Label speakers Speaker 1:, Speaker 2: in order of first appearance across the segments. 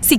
Speaker 1: Si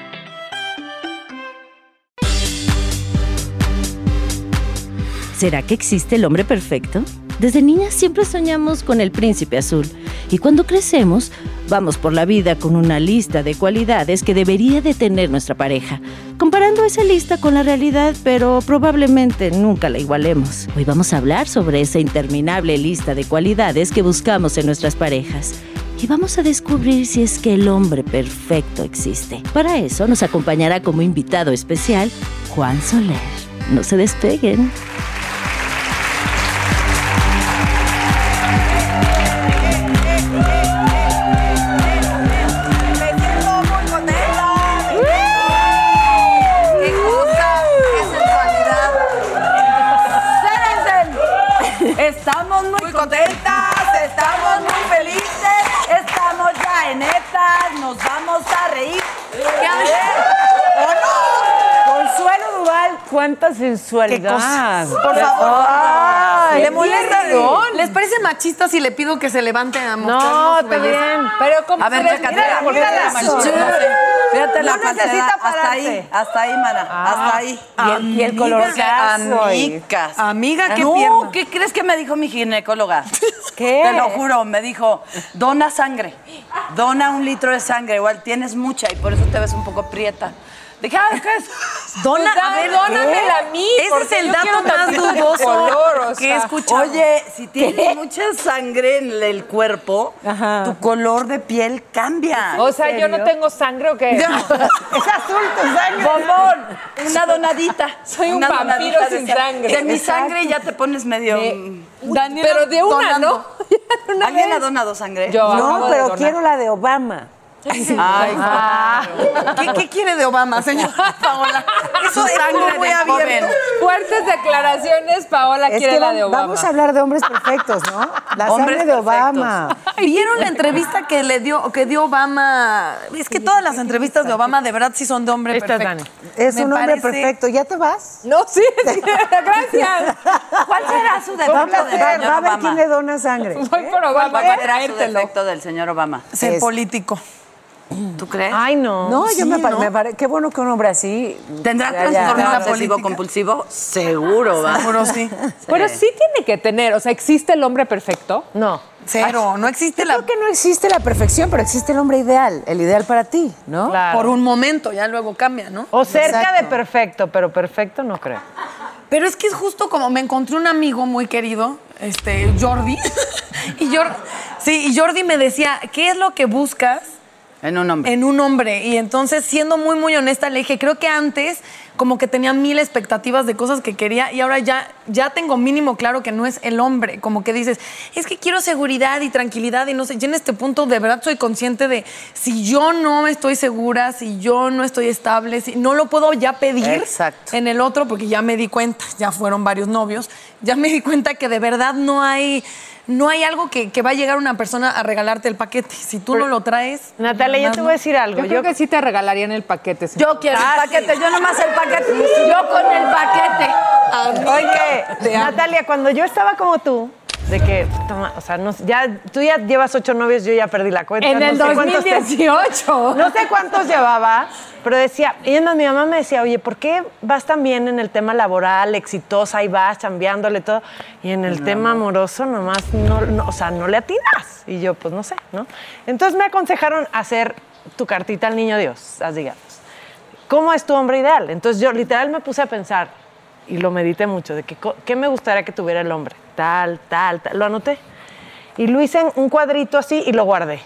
Speaker 2: ¿Será que existe el hombre perfecto? Desde niñas siempre soñamos con el príncipe azul y cuando crecemos vamos por la vida con una lista de cualidades que debería de tener nuestra pareja, comparando esa lista con la realidad pero probablemente nunca la igualemos. Hoy vamos a hablar sobre esa interminable lista de cualidades que buscamos en nuestras parejas. Y vamos a descubrir si es que el hombre perfecto existe. Para eso nos acompañará como invitado especial Juan Soler. No se despeguen.
Speaker 3: muy contenta. me encanta. ¡Qué cosa! ¡Qué sensualidad! ¡Cerecen! Estamos muy, contentas, estamos muy felices, estamos ya en estas, nos vamos a reír. ¿O no?
Speaker 4: Consuelo Duval, cuánta sensualidad.
Speaker 3: Por favor.
Speaker 4: Ay,
Speaker 5: ¿Le molesta?
Speaker 4: perdón.
Speaker 5: ¿Les parece machista si le pido que se levante a mostrar
Speaker 4: No,
Speaker 5: su
Speaker 4: está
Speaker 5: belleza?
Speaker 4: bien.
Speaker 5: Pero como
Speaker 3: A ver, chécate. Mírala,
Speaker 5: mira, mira la
Speaker 3: mírala. Fíjate la pantera, Hasta ahí, hasta ahí, Mara.
Speaker 6: Ah,
Speaker 3: hasta ahí.
Speaker 4: y el- y el colorazo, y-
Speaker 3: Amigas.
Speaker 5: Amiga, qué
Speaker 3: no,
Speaker 5: pierna.
Speaker 3: ¿qué crees que me dijo mi ginecóloga?
Speaker 4: ¿Qué?
Speaker 3: Te lo juro, me dijo, dona sangre, dona un litro de sangre, igual tienes mucha y por eso te ves un poco prieta. Dije, ah, ¿qué es? Pues,
Speaker 5: Dona- a ver, dónamela a mí, Ese es porque el yo dato quiero más tantito dudoso color, o que he sea. escuchado.
Speaker 3: Oye, si tienes mucha sangre en el cuerpo,
Speaker 4: Ajá.
Speaker 3: tu color de piel cambia.
Speaker 6: O sea, yo no tengo sangre o qué.
Speaker 3: Es azul tu sangre. Bombón. Una donadita.
Speaker 6: Soy un
Speaker 3: Una
Speaker 6: vampiro
Speaker 3: donadita,
Speaker 6: sin
Speaker 3: decía.
Speaker 6: sangre.
Speaker 3: De mi sangre ya te pones medio... mm,
Speaker 6: Daniela Pero de una,
Speaker 3: donando.
Speaker 6: ¿no?
Speaker 3: ¿Alguien ha donado sangre?
Speaker 6: Yo acabo
Speaker 4: No,
Speaker 6: de
Speaker 4: pero
Speaker 6: donar.
Speaker 4: quiero la de Obama.
Speaker 3: Ay,
Speaker 6: Ah.
Speaker 5: ¿Qué, qué quiere de Obama, señora Paola?
Speaker 3: Eso es
Speaker 5: sangre
Speaker 3: muy
Speaker 5: de
Speaker 3: abierto.
Speaker 5: joven.
Speaker 6: Fuertes declaraciones, Paola
Speaker 4: Es
Speaker 6: quiere
Speaker 4: que
Speaker 6: la
Speaker 4: vam-
Speaker 6: de Obama.
Speaker 4: vamos a hablar de hombres perfectos, ¿no? La
Speaker 3: Hombres
Speaker 4: sangre de
Speaker 3: perfectos.
Speaker 4: Obama.
Speaker 5: ¿Vieron la entrevista que le dio, que dio Obama? Es que todas las entrevistas de Obama de verdad sí son de hombre
Speaker 6: Esta es
Speaker 5: perfecto.
Speaker 4: Es
Speaker 5: Me
Speaker 4: un hombre
Speaker 5: parece-
Speaker 4: perfecto. ¿Ya te vas?
Speaker 6: No, sí, sí, gracias.
Speaker 3: ¿Cuál será su defecto
Speaker 4: Vamos a
Speaker 3: del
Speaker 4: ver,
Speaker 3: señor
Speaker 4: va a ver
Speaker 3: Obama?
Speaker 4: quién le dona sangre.
Speaker 6: Voy por Obama
Speaker 3: ¿Cuál
Speaker 6: para
Speaker 3: será su
Speaker 6: traértelo.
Speaker 3: defecto del señor Obama?
Speaker 5: Ser
Speaker 4: Es-
Speaker 5: político.
Speaker 3: ¿Tú crees?
Speaker 4: Ay, no. No, yo me,
Speaker 5: ¿no?
Speaker 4: parece... Qué bueno que un hombre así.
Speaker 3: ¿Tendrá
Speaker 4: Ya, ya.
Speaker 3: trastorno
Speaker 5: Claro.
Speaker 3: obsesivo compulsivo? Seguro, va.
Speaker 5: Seguro sí.
Speaker 6: Pero sí tiene que tener, o sea, ¿existe el hombre perfecto?
Speaker 4: No.
Speaker 5: Cero. No existe la.
Speaker 4: Creo que no existe la perfección, pero existe el hombre ideal, el ideal para ti, ¿no?
Speaker 5: Por un momento, ya luego cambia, ¿no?
Speaker 6: Oh.
Speaker 7: O cerca
Speaker 4: Exacto.
Speaker 7: de perfecto, pero perfecto no creo.
Speaker 5: Pero es que es justo como me encontré un amigo muy querido, este, Jordi. y, Jor- sí, y Jordi me decía, ¿qué es lo que buscas
Speaker 3: En un hombre.
Speaker 5: en un hombre? Y entonces, siendo muy, muy honesta, le dije, creo que antes como que tenía mil expectativas de cosas que quería y ahora ya, ya tengo mínimo claro que no es el hombre. Como que dices, es que quiero seguridad y tranquilidad y no sé. Yo en este punto de verdad soy consciente de si yo no estoy segura, si yo no estoy estable, si no lo puedo ya pedir
Speaker 3: Exacto.
Speaker 5: en el otro, porque ya me di cuenta, ya fueron varios novios, ya me di cuenta que de verdad no hay... No hay algo que, que va a llegar una persona a regalarte el paquete. Si tú no lo traes.
Speaker 7: Natalia, yo
Speaker 5: más
Speaker 7: te
Speaker 5: no.
Speaker 7: voy a decir algo.
Speaker 6: Yo, creo
Speaker 7: Yo-
Speaker 6: que sí te regalarían el paquete. sí.
Speaker 3: Yo quiero
Speaker 4: Ah,
Speaker 3: el paquete, yo nomás el paquete. Yo con el paquete.
Speaker 7: Oye, Natalia, cuando yo estaba como tú, de que, toma, o sea, no, sé, ya, tú ya llevas ocho novios, yo ya perdí la cuenta.
Speaker 6: En
Speaker 7: no
Speaker 6: el
Speaker 7: sé cuántos te-
Speaker 6: 2018.
Speaker 7: No sé cuántos llevaba, pero decía, y además mi mamá me decía, oye, ¿por qué vas tan bien en el tema laboral, exitosa, y vas chambeándole todo? Y en el tema amoroso nomás, no, no- o sea, no le atinas. Y yo, pues no sé, ¿no? Entonces me aconsejaron hacer tu cartita al niño Dios, así digamos. ¿Cómo es tu hombre ideal? Entonces yo literal me puse a pensar y lo medité mucho, de que, co- qué me gustaría que tuviera el hombre, tal, tal, tal, lo anoté. Y lo hice en un cuadrito así y lo guardé.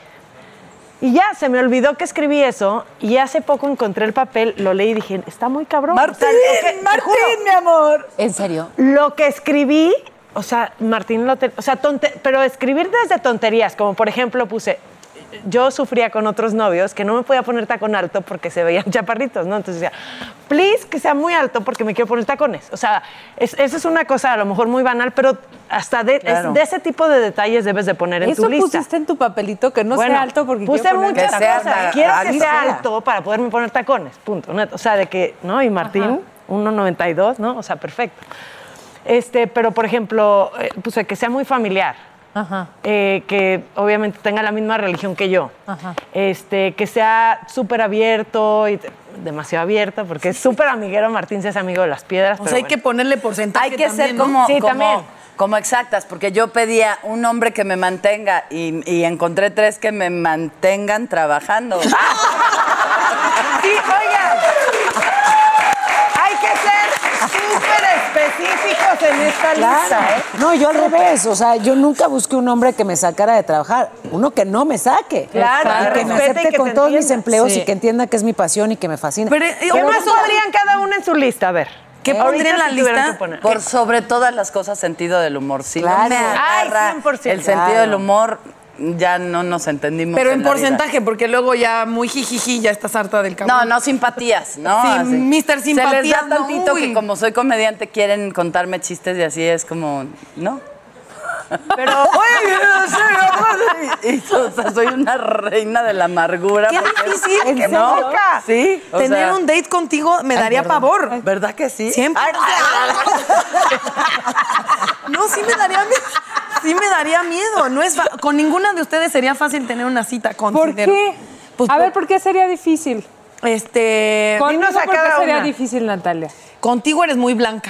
Speaker 7: Y ya se me olvidó que escribí eso y hace poco encontré el papel, lo leí y dije, está muy cabrón. O sea, lo que- te juro,
Speaker 4: mi amor.
Speaker 6: ¿En serio?
Speaker 7: Lo que escribí, o sea, Martín lo te- o sea, tonte- pero escribir desde tonterías, como por ejemplo puse, yo sufría con otros novios que no me podía poner tacón alto porque se veían chaparritos, ¿no? Entonces decía, please que sea muy alto porque me quiero poner tacones. O sea, es- eso es una cosa a lo mejor muy banal, pero hasta de, es-
Speaker 6: Claro.
Speaker 7: de ese tipo de detalles debes de poner en
Speaker 6: Eso
Speaker 7: tu lista.
Speaker 6: pusiste en tu papelito que no
Speaker 7: Bueno,
Speaker 6: sea alto porque
Speaker 7: puse
Speaker 6: quiero poner-
Speaker 7: muchas cosas. Quiero que sea alto para poderme poner tacones, punto. ¿no? O sea, de que, ¿no? Y Martín, 1.92, ¿no? O sea, perfecto. Este, pero por ejemplo, eh, puse que sea muy familiar,
Speaker 6: Ajá.
Speaker 7: eh, que obviamente tenga la misma religión que yo.
Speaker 6: Ajá.
Speaker 7: Este, que sea súper abierto y te- demasiado abierto, porque es súper amiguero Martín, si es amigo de las piedras.
Speaker 5: O sea, Pues hay que ponerle porcentaje.
Speaker 3: Hay que ser
Speaker 5: también, ¿no?
Speaker 3: como,
Speaker 7: Sí,
Speaker 3: como-
Speaker 7: también.
Speaker 3: como exactas, porque yo pedía un hombre que me mantenga y, y encontré tres que me mantengan trabajando.
Speaker 7: Sí, oigan. Hay que ser súper específicos en esta lista, ¿eh?
Speaker 4: No, yo al revés. O sea, yo nunca busqué un hombre que me sacara de trabajar. Uno que no me saque.
Speaker 7: Claro,
Speaker 4: Y que me
Speaker 7: respete
Speaker 4: acepte
Speaker 7: y que
Speaker 4: con
Speaker 7: te
Speaker 4: todos mis
Speaker 7: entienda.
Speaker 4: empleos
Speaker 7: Sí.
Speaker 4: y que entienda que es mi pasión y que me fascina.
Speaker 5: Pero, eh,
Speaker 7: ¿Qué más
Speaker 5: ahorita-
Speaker 7: pondrían cada uno en su lista? A ver.
Speaker 5: ¿Qué
Speaker 7: Ahorita
Speaker 5: pondría en la
Speaker 7: si tuvieran
Speaker 5: lista?
Speaker 7: que poner.
Speaker 3: Por sobre todas las cosas, sentido del humor. Si no
Speaker 4: Claro.
Speaker 3: me
Speaker 7: Ay,
Speaker 3: agarra
Speaker 7: 100%,
Speaker 3: el sentido
Speaker 4: claro.
Speaker 3: del humor, ya no nos entendimos.
Speaker 5: Pero en
Speaker 3: la vida.
Speaker 5: porcentaje, porque luego ya muy jijiji ya estás harta del cabrón.
Speaker 3: No, no simpatías, ¿no?
Speaker 5: Sí,
Speaker 3: Así.
Speaker 5: Mr.
Speaker 3: Se les
Speaker 5: Simpatía,
Speaker 3: da tantito
Speaker 5: no, uy.
Speaker 3: que como soy comediante quieren contarme chistes y así es como, ¿no? Pero, oye, y- y- o sea, soy una reina de la amargura.
Speaker 5: Qué
Speaker 3: porque-
Speaker 5: difícil,
Speaker 3: ¿no?
Speaker 5: qué loca.
Speaker 3: Sí. o
Speaker 5: Tener
Speaker 3: sea,
Speaker 5: un date contigo me daría pavor.
Speaker 3: ¿Verdad que sí?
Speaker 5: Siempre.
Speaker 3: Ay,
Speaker 6: Ah,
Speaker 5: No, sí me daría miedo. Sí me daría miedo. No es fa- con ninguna de ustedes sería fácil tener una cita con
Speaker 6: ¿Por qué?
Speaker 5: Pues,
Speaker 6: a ver, ¿por qué sería difícil?
Speaker 5: Este.
Speaker 6: Conmigo,
Speaker 7: Eh, a
Speaker 6: ¿por qué
Speaker 7: cada
Speaker 6: sería
Speaker 7: una.
Speaker 6: difícil, Natalia?
Speaker 5: Contigo eres muy blanca.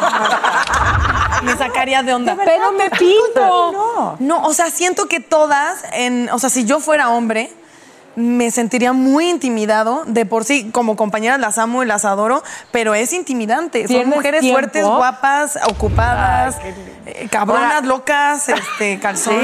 Speaker 6: Ah.
Speaker 5: me sacaría de onda.
Speaker 6: Pero me pinto.
Speaker 5: No, o sea, siento que todas, en, o sea, si yo fuera hombre, me sentiría muy intimidado. De por sí, como compañeras las amo y las adoro, pero es intimidante. Son
Speaker 6: ¿Tienes
Speaker 5: mujeres
Speaker 6: tiempo?
Speaker 5: fuertes, guapas, ocupadas, eh, cabronas,
Speaker 3: Ahora-
Speaker 5: locas, este, calzón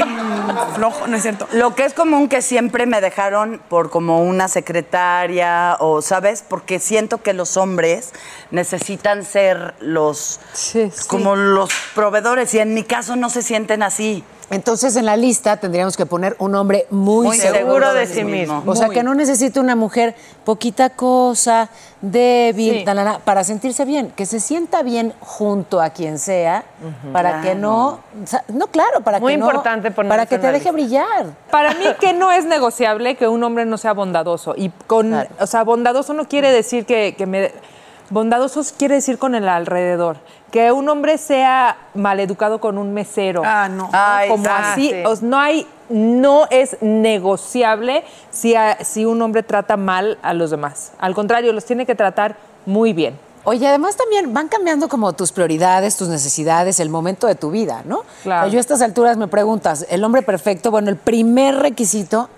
Speaker 5: flojo, no es cierto.
Speaker 3: Lo que es común que siempre me dejaron por como una secretaria o, ¿sabes? Porque siento que los hombres necesitan ser los
Speaker 6: Sí, sí.
Speaker 3: como los proveedores y en mi caso no se sienten así.
Speaker 4: Entonces en la lista tendríamos que poner un hombre muy, seguro.
Speaker 7: de sí mismo.
Speaker 4: O sea, que no necesita una mujer poquita cosa, débil,
Speaker 6: Sí.
Speaker 4: ta, la, la, para sentirse bien, que se sienta bien junto a quien sea, para que no, o sea, no claro, para
Speaker 7: Muy
Speaker 4: que no-
Speaker 7: importante poner
Speaker 4: para
Speaker 7: eso
Speaker 4: que
Speaker 7: en
Speaker 4: te
Speaker 7: la
Speaker 4: deje
Speaker 7: lista.
Speaker 4: brillar.
Speaker 6: Para mí que no es negociable que un hombre no sea bondadoso. Y con, o sea, bondadoso no quiere decir que, que me. Bondadoso quiere decir con el alrededor. Que un hombre sea maleducado con un mesero.
Speaker 5: Ah, no.
Speaker 3: Ay,
Speaker 6: Como
Speaker 3: ah,
Speaker 6: así.
Speaker 3: sí.
Speaker 6: o sea, no hay, no es negociable si, a- si un hombre trata mal a los demás. Al contrario, los tiene que tratar muy bien.
Speaker 4: Oye, además también van cambiando como tus prioridades, tus necesidades, el momento de tu vida, ¿no? O
Speaker 6: Claro.
Speaker 4: sea, yo a estas alturas me preguntas, el hombre perfecto, bueno, el primer requisito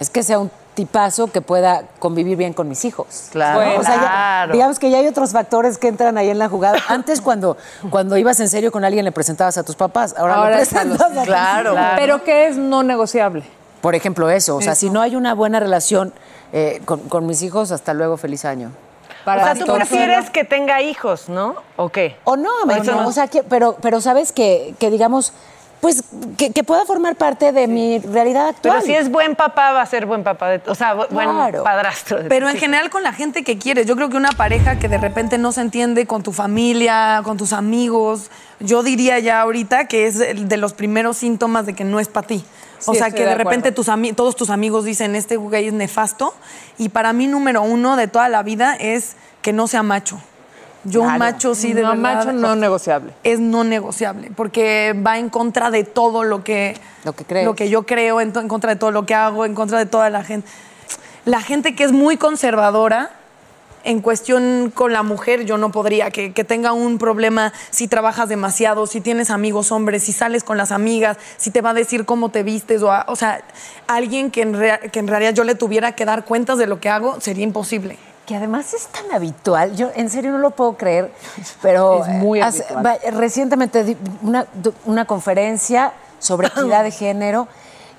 Speaker 4: es que sea un tipazo que pueda convivir bien con mis hijos.
Speaker 3: Claro.
Speaker 4: pues, O sea, ya-
Speaker 7: Claro.
Speaker 4: digamos que ya hay otros factores que entran ahí en la jugada. Antes cuando, cuando ibas en serio con alguien le presentabas a tus papás, ahora,
Speaker 6: Ahora
Speaker 4: le
Speaker 6: es a los-
Speaker 4: presentas a tus
Speaker 3: Claro.
Speaker 6: Pero ¿qué es no negociable?
Speaker 4: por ejemplo, eso. O sea, si no hay una buena relación eh, con, con mis hijos, hasta luego, feliz año.
Speaker 7: O sea,
Speaker 6: Para
Speaker 7: tú
Speaker 6: todo-
Speaker 7: prefieres que tenga hijos, ¿no? ¿O qué?
Speaker 4: O no,
Speaker 7: O eso
Speaker 4: no.
Speaker 7: no.
Speaker 4: O sea, que- pero, pero sabes que, que digamos, pues que, que pueda formar parte de mi realidad actual.
Speaker 7: Pero si es buen papá, va a ser buen papá. De, o sea, bu- buen
Speaker 4: Claro.
Speaker 7: padrastro. de
Speaker 5: Pero
Speaker 7: tus
Speaker 5: en
Speaker 7: hijos.
Speaker 5: general con la gente que quieres. Yo creo que una pareja que de repente no se entiende con tu familia, con tus amigos, yo diría ya ahorita que es el de los primeros síntomas de que no es para ti. O
Speaker 6: Sí,
Speaker 5: sea,
Speaker 6: estoy
Speaker 5: que de,
Speaker 6: de acuerdo.
Speaker 5: repente tus ami- todos tus amigos dicen, este güey es nefasto. Y para mí, número uno de toda la vida es que no sea macho. Yo un macho sí de
Speaker 6: no,
Speaker 5: verdad,
Speaker 6: macho no negociable.
Speaker 5: es no negociable, porque va en contra de todo lo que,
Speaker 4: Lo que crees.
Speaker 5: lo que yo creo, en, to- en contra de todo lo que hago, en contra de toda la gente. La gente que es muy conservadora, en cuestión con la mujer, yo no podría, que, que tenga un problema si trabajas demasiado, si tienes amigos hombres, si sales con las amigas, si te va a decir cómo te vistes, o, a- o sea, alguien que en, rea- que en realidad yo le tuviera que dar cuentas de lo que hago, sería imposible.
Speaker 4: Que además es tan habitual, yo en serio no lo puedo creer, pero
Speaker 6: Es muy
Speaker 4: eh, hace-
Speaker 6: habitual.
Speaker 4: va- recientemente di una, du- una conferencia sobre equidad de género.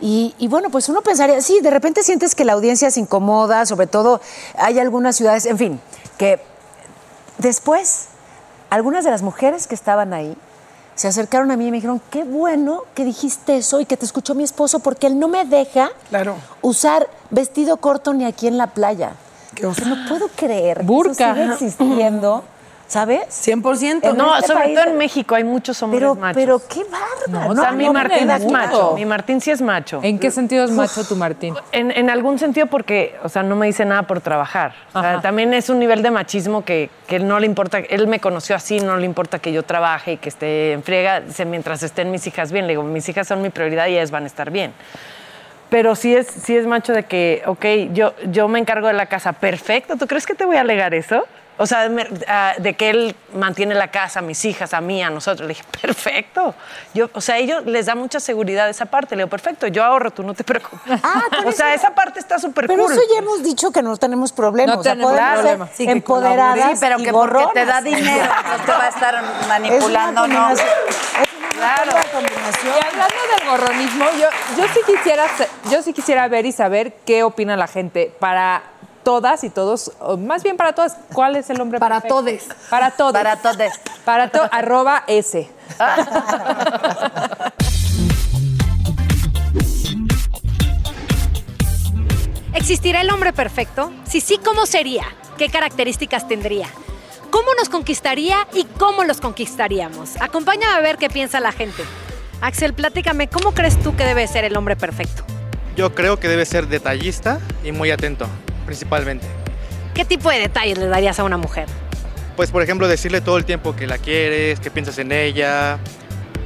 Speaker 4: Y, y bueno, pues uno pensaría, sí, de repente sientes que la audiencia se incomoda, sobre todo hay algunas ciudades, en fin, que después algunas de las mujeres que estaban ahí se acercaron a mí y me dijeron, qué bueno que dijiste eso y que te escuchó mi esposo porque él no me deja
Speaker 2: Claro.
Speaker 4: usar vestido corto ni aquí en la playa. Yo no puedo creer
Speaker 7: Burka.
Speaker 4: que eso sigue existiendo, ¿sabes? este
Speaker 5: 100%.
Speaker 7: No, sobre todo en México hay muchos hombres
Speaker 4: pero,
Speaker 7: machos.
Speaker 4: Pero qué bárbaro.
Speaker 7: o sea, mi Martín
Speaker 6: en el
Speaker 7: es
Speaker 6: mundo.
Speaker 7: macho. Mi Martín sí es macho.
Speaker 6: ¿En qué sentido es macho tu Martín?
Speaker 7: En, en algún sentido porque, o sea, no me dice nada por trabajar. O sea, también es un nivel de machismo que, que él no le importa, él me conoció así, no le importa que yo trabaje y que esté en friega, dice, mientras estén mis hijas bien. Le digo, mis hijas son mi prioridad y ellas van a estar bien. Pero sí es, sí es macho de que, ok, yo, yo me encargo de la casa, perfecto, ¿tú crees que te voy a alegar eso? O sea, me- ah, de que él mantiene la casa, a mis hijas, a mí, a nosotros. Le dije, perfecto. Yo, o sea, a ellos les da mucha seguridad esa parte. Le digo, perfecto, yo ahorro, tú no te preocupes. o sea, esa parte está súper
Speaker 4: Ah, Pero
Speaker 7: cool.
Speaker 4: eso ya hemos dicho que no tenemos problemas.
Speaker 6: No
Speaker 4: o sea,
Speaker 6: tenemos
Speaker 4: podemos ser
Speaker 6: problema. Sí, que
Speaker 4: empoderadas
Speaker 3: Sí, pero
Speaker 4: y
Speaker 3: que porque te da
Speaker 4: gorronas.
Speaker 3: dinero, no te va a estar
Speaker 4: Es una
Speaker 3: manipulando, ¿no?
Speaker 4: combinación- es una
Speaker 7: Claro.
Speaker 4: mala combinación.
Speaker 6: Y hablando del gorronismo, yo, yo, sí quisiera, sa- yo sí quisiera ver y saber qué opina la gente para todas y todos, o más bien para todas, ¿cuál es el hombre
Speaker 5: Para
Speaker 6: perfecto?
Speaker 5: todes.
Speaker 6: Para todos.
Speaker 3: Para todes.
Speaker 6: Para to, arroba S.
Speaker 1: ¿Existirá el hombre perfecto? Si sí, ¿cómo sería? ¿Qué características tendría? ¿Cómo nos conquistaría y cómo los conquistaríamos? Acompáñame a ver qué piensa la gente. Axel, platícame, ¿cómo crees tú que debe ser el hombre perfecto?
Speaker 8: Yo creo que debe ser detallista y muy atento, principalmente.
Speaker 1: ¿Qué tipo de detalles le darías a una mujer?
Speaker 8: Pues, por ejemplo, decirle todo el tiempo que la quieres, que piensas en ella.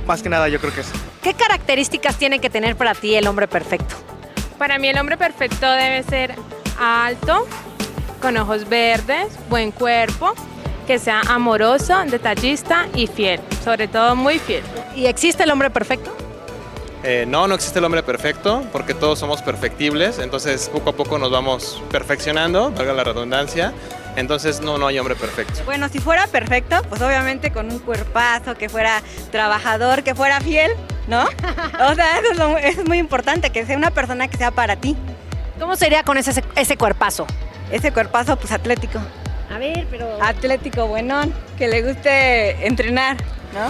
Speaker 8: Más que nada, yo creo que eso.
Speaker 1: ¿Qué características tiene que tener para ti el hombre perfecto?
Speaker 9: Para mí el hombre perfecto debe ser alto, con ojos verdes, buen cuerpo, que sea amoroso, detallista y fiel, sobre todo muy fiel.
Speaker 1: ¿Y existe el hombre perfecto?
Speaker 10: Eh, no, no existe el hombre perfecto, porque todos somos perfectibles, entonces poco a poco nos vamos perfeccionando, valga la redundancia, entonces no, no hay hombre perfecto.
Speaker 11: Bueno, si fuera perfecto, pues obviamente con un cuerpazo, que fuera trabajador, que fuera fiel, ¿no? O sea, eso es, lo- es muy importante, que sea una persona que sea para ti.
Speaker 1: ¿Cómo sería con ese, ese cuerpazo?
Speaker 11: Ese cuerpazo, pues atlético.
Speaker 1: A ver, pero...
Speaker 11: Atlético, buenón, que le guste entrenar, ¿no?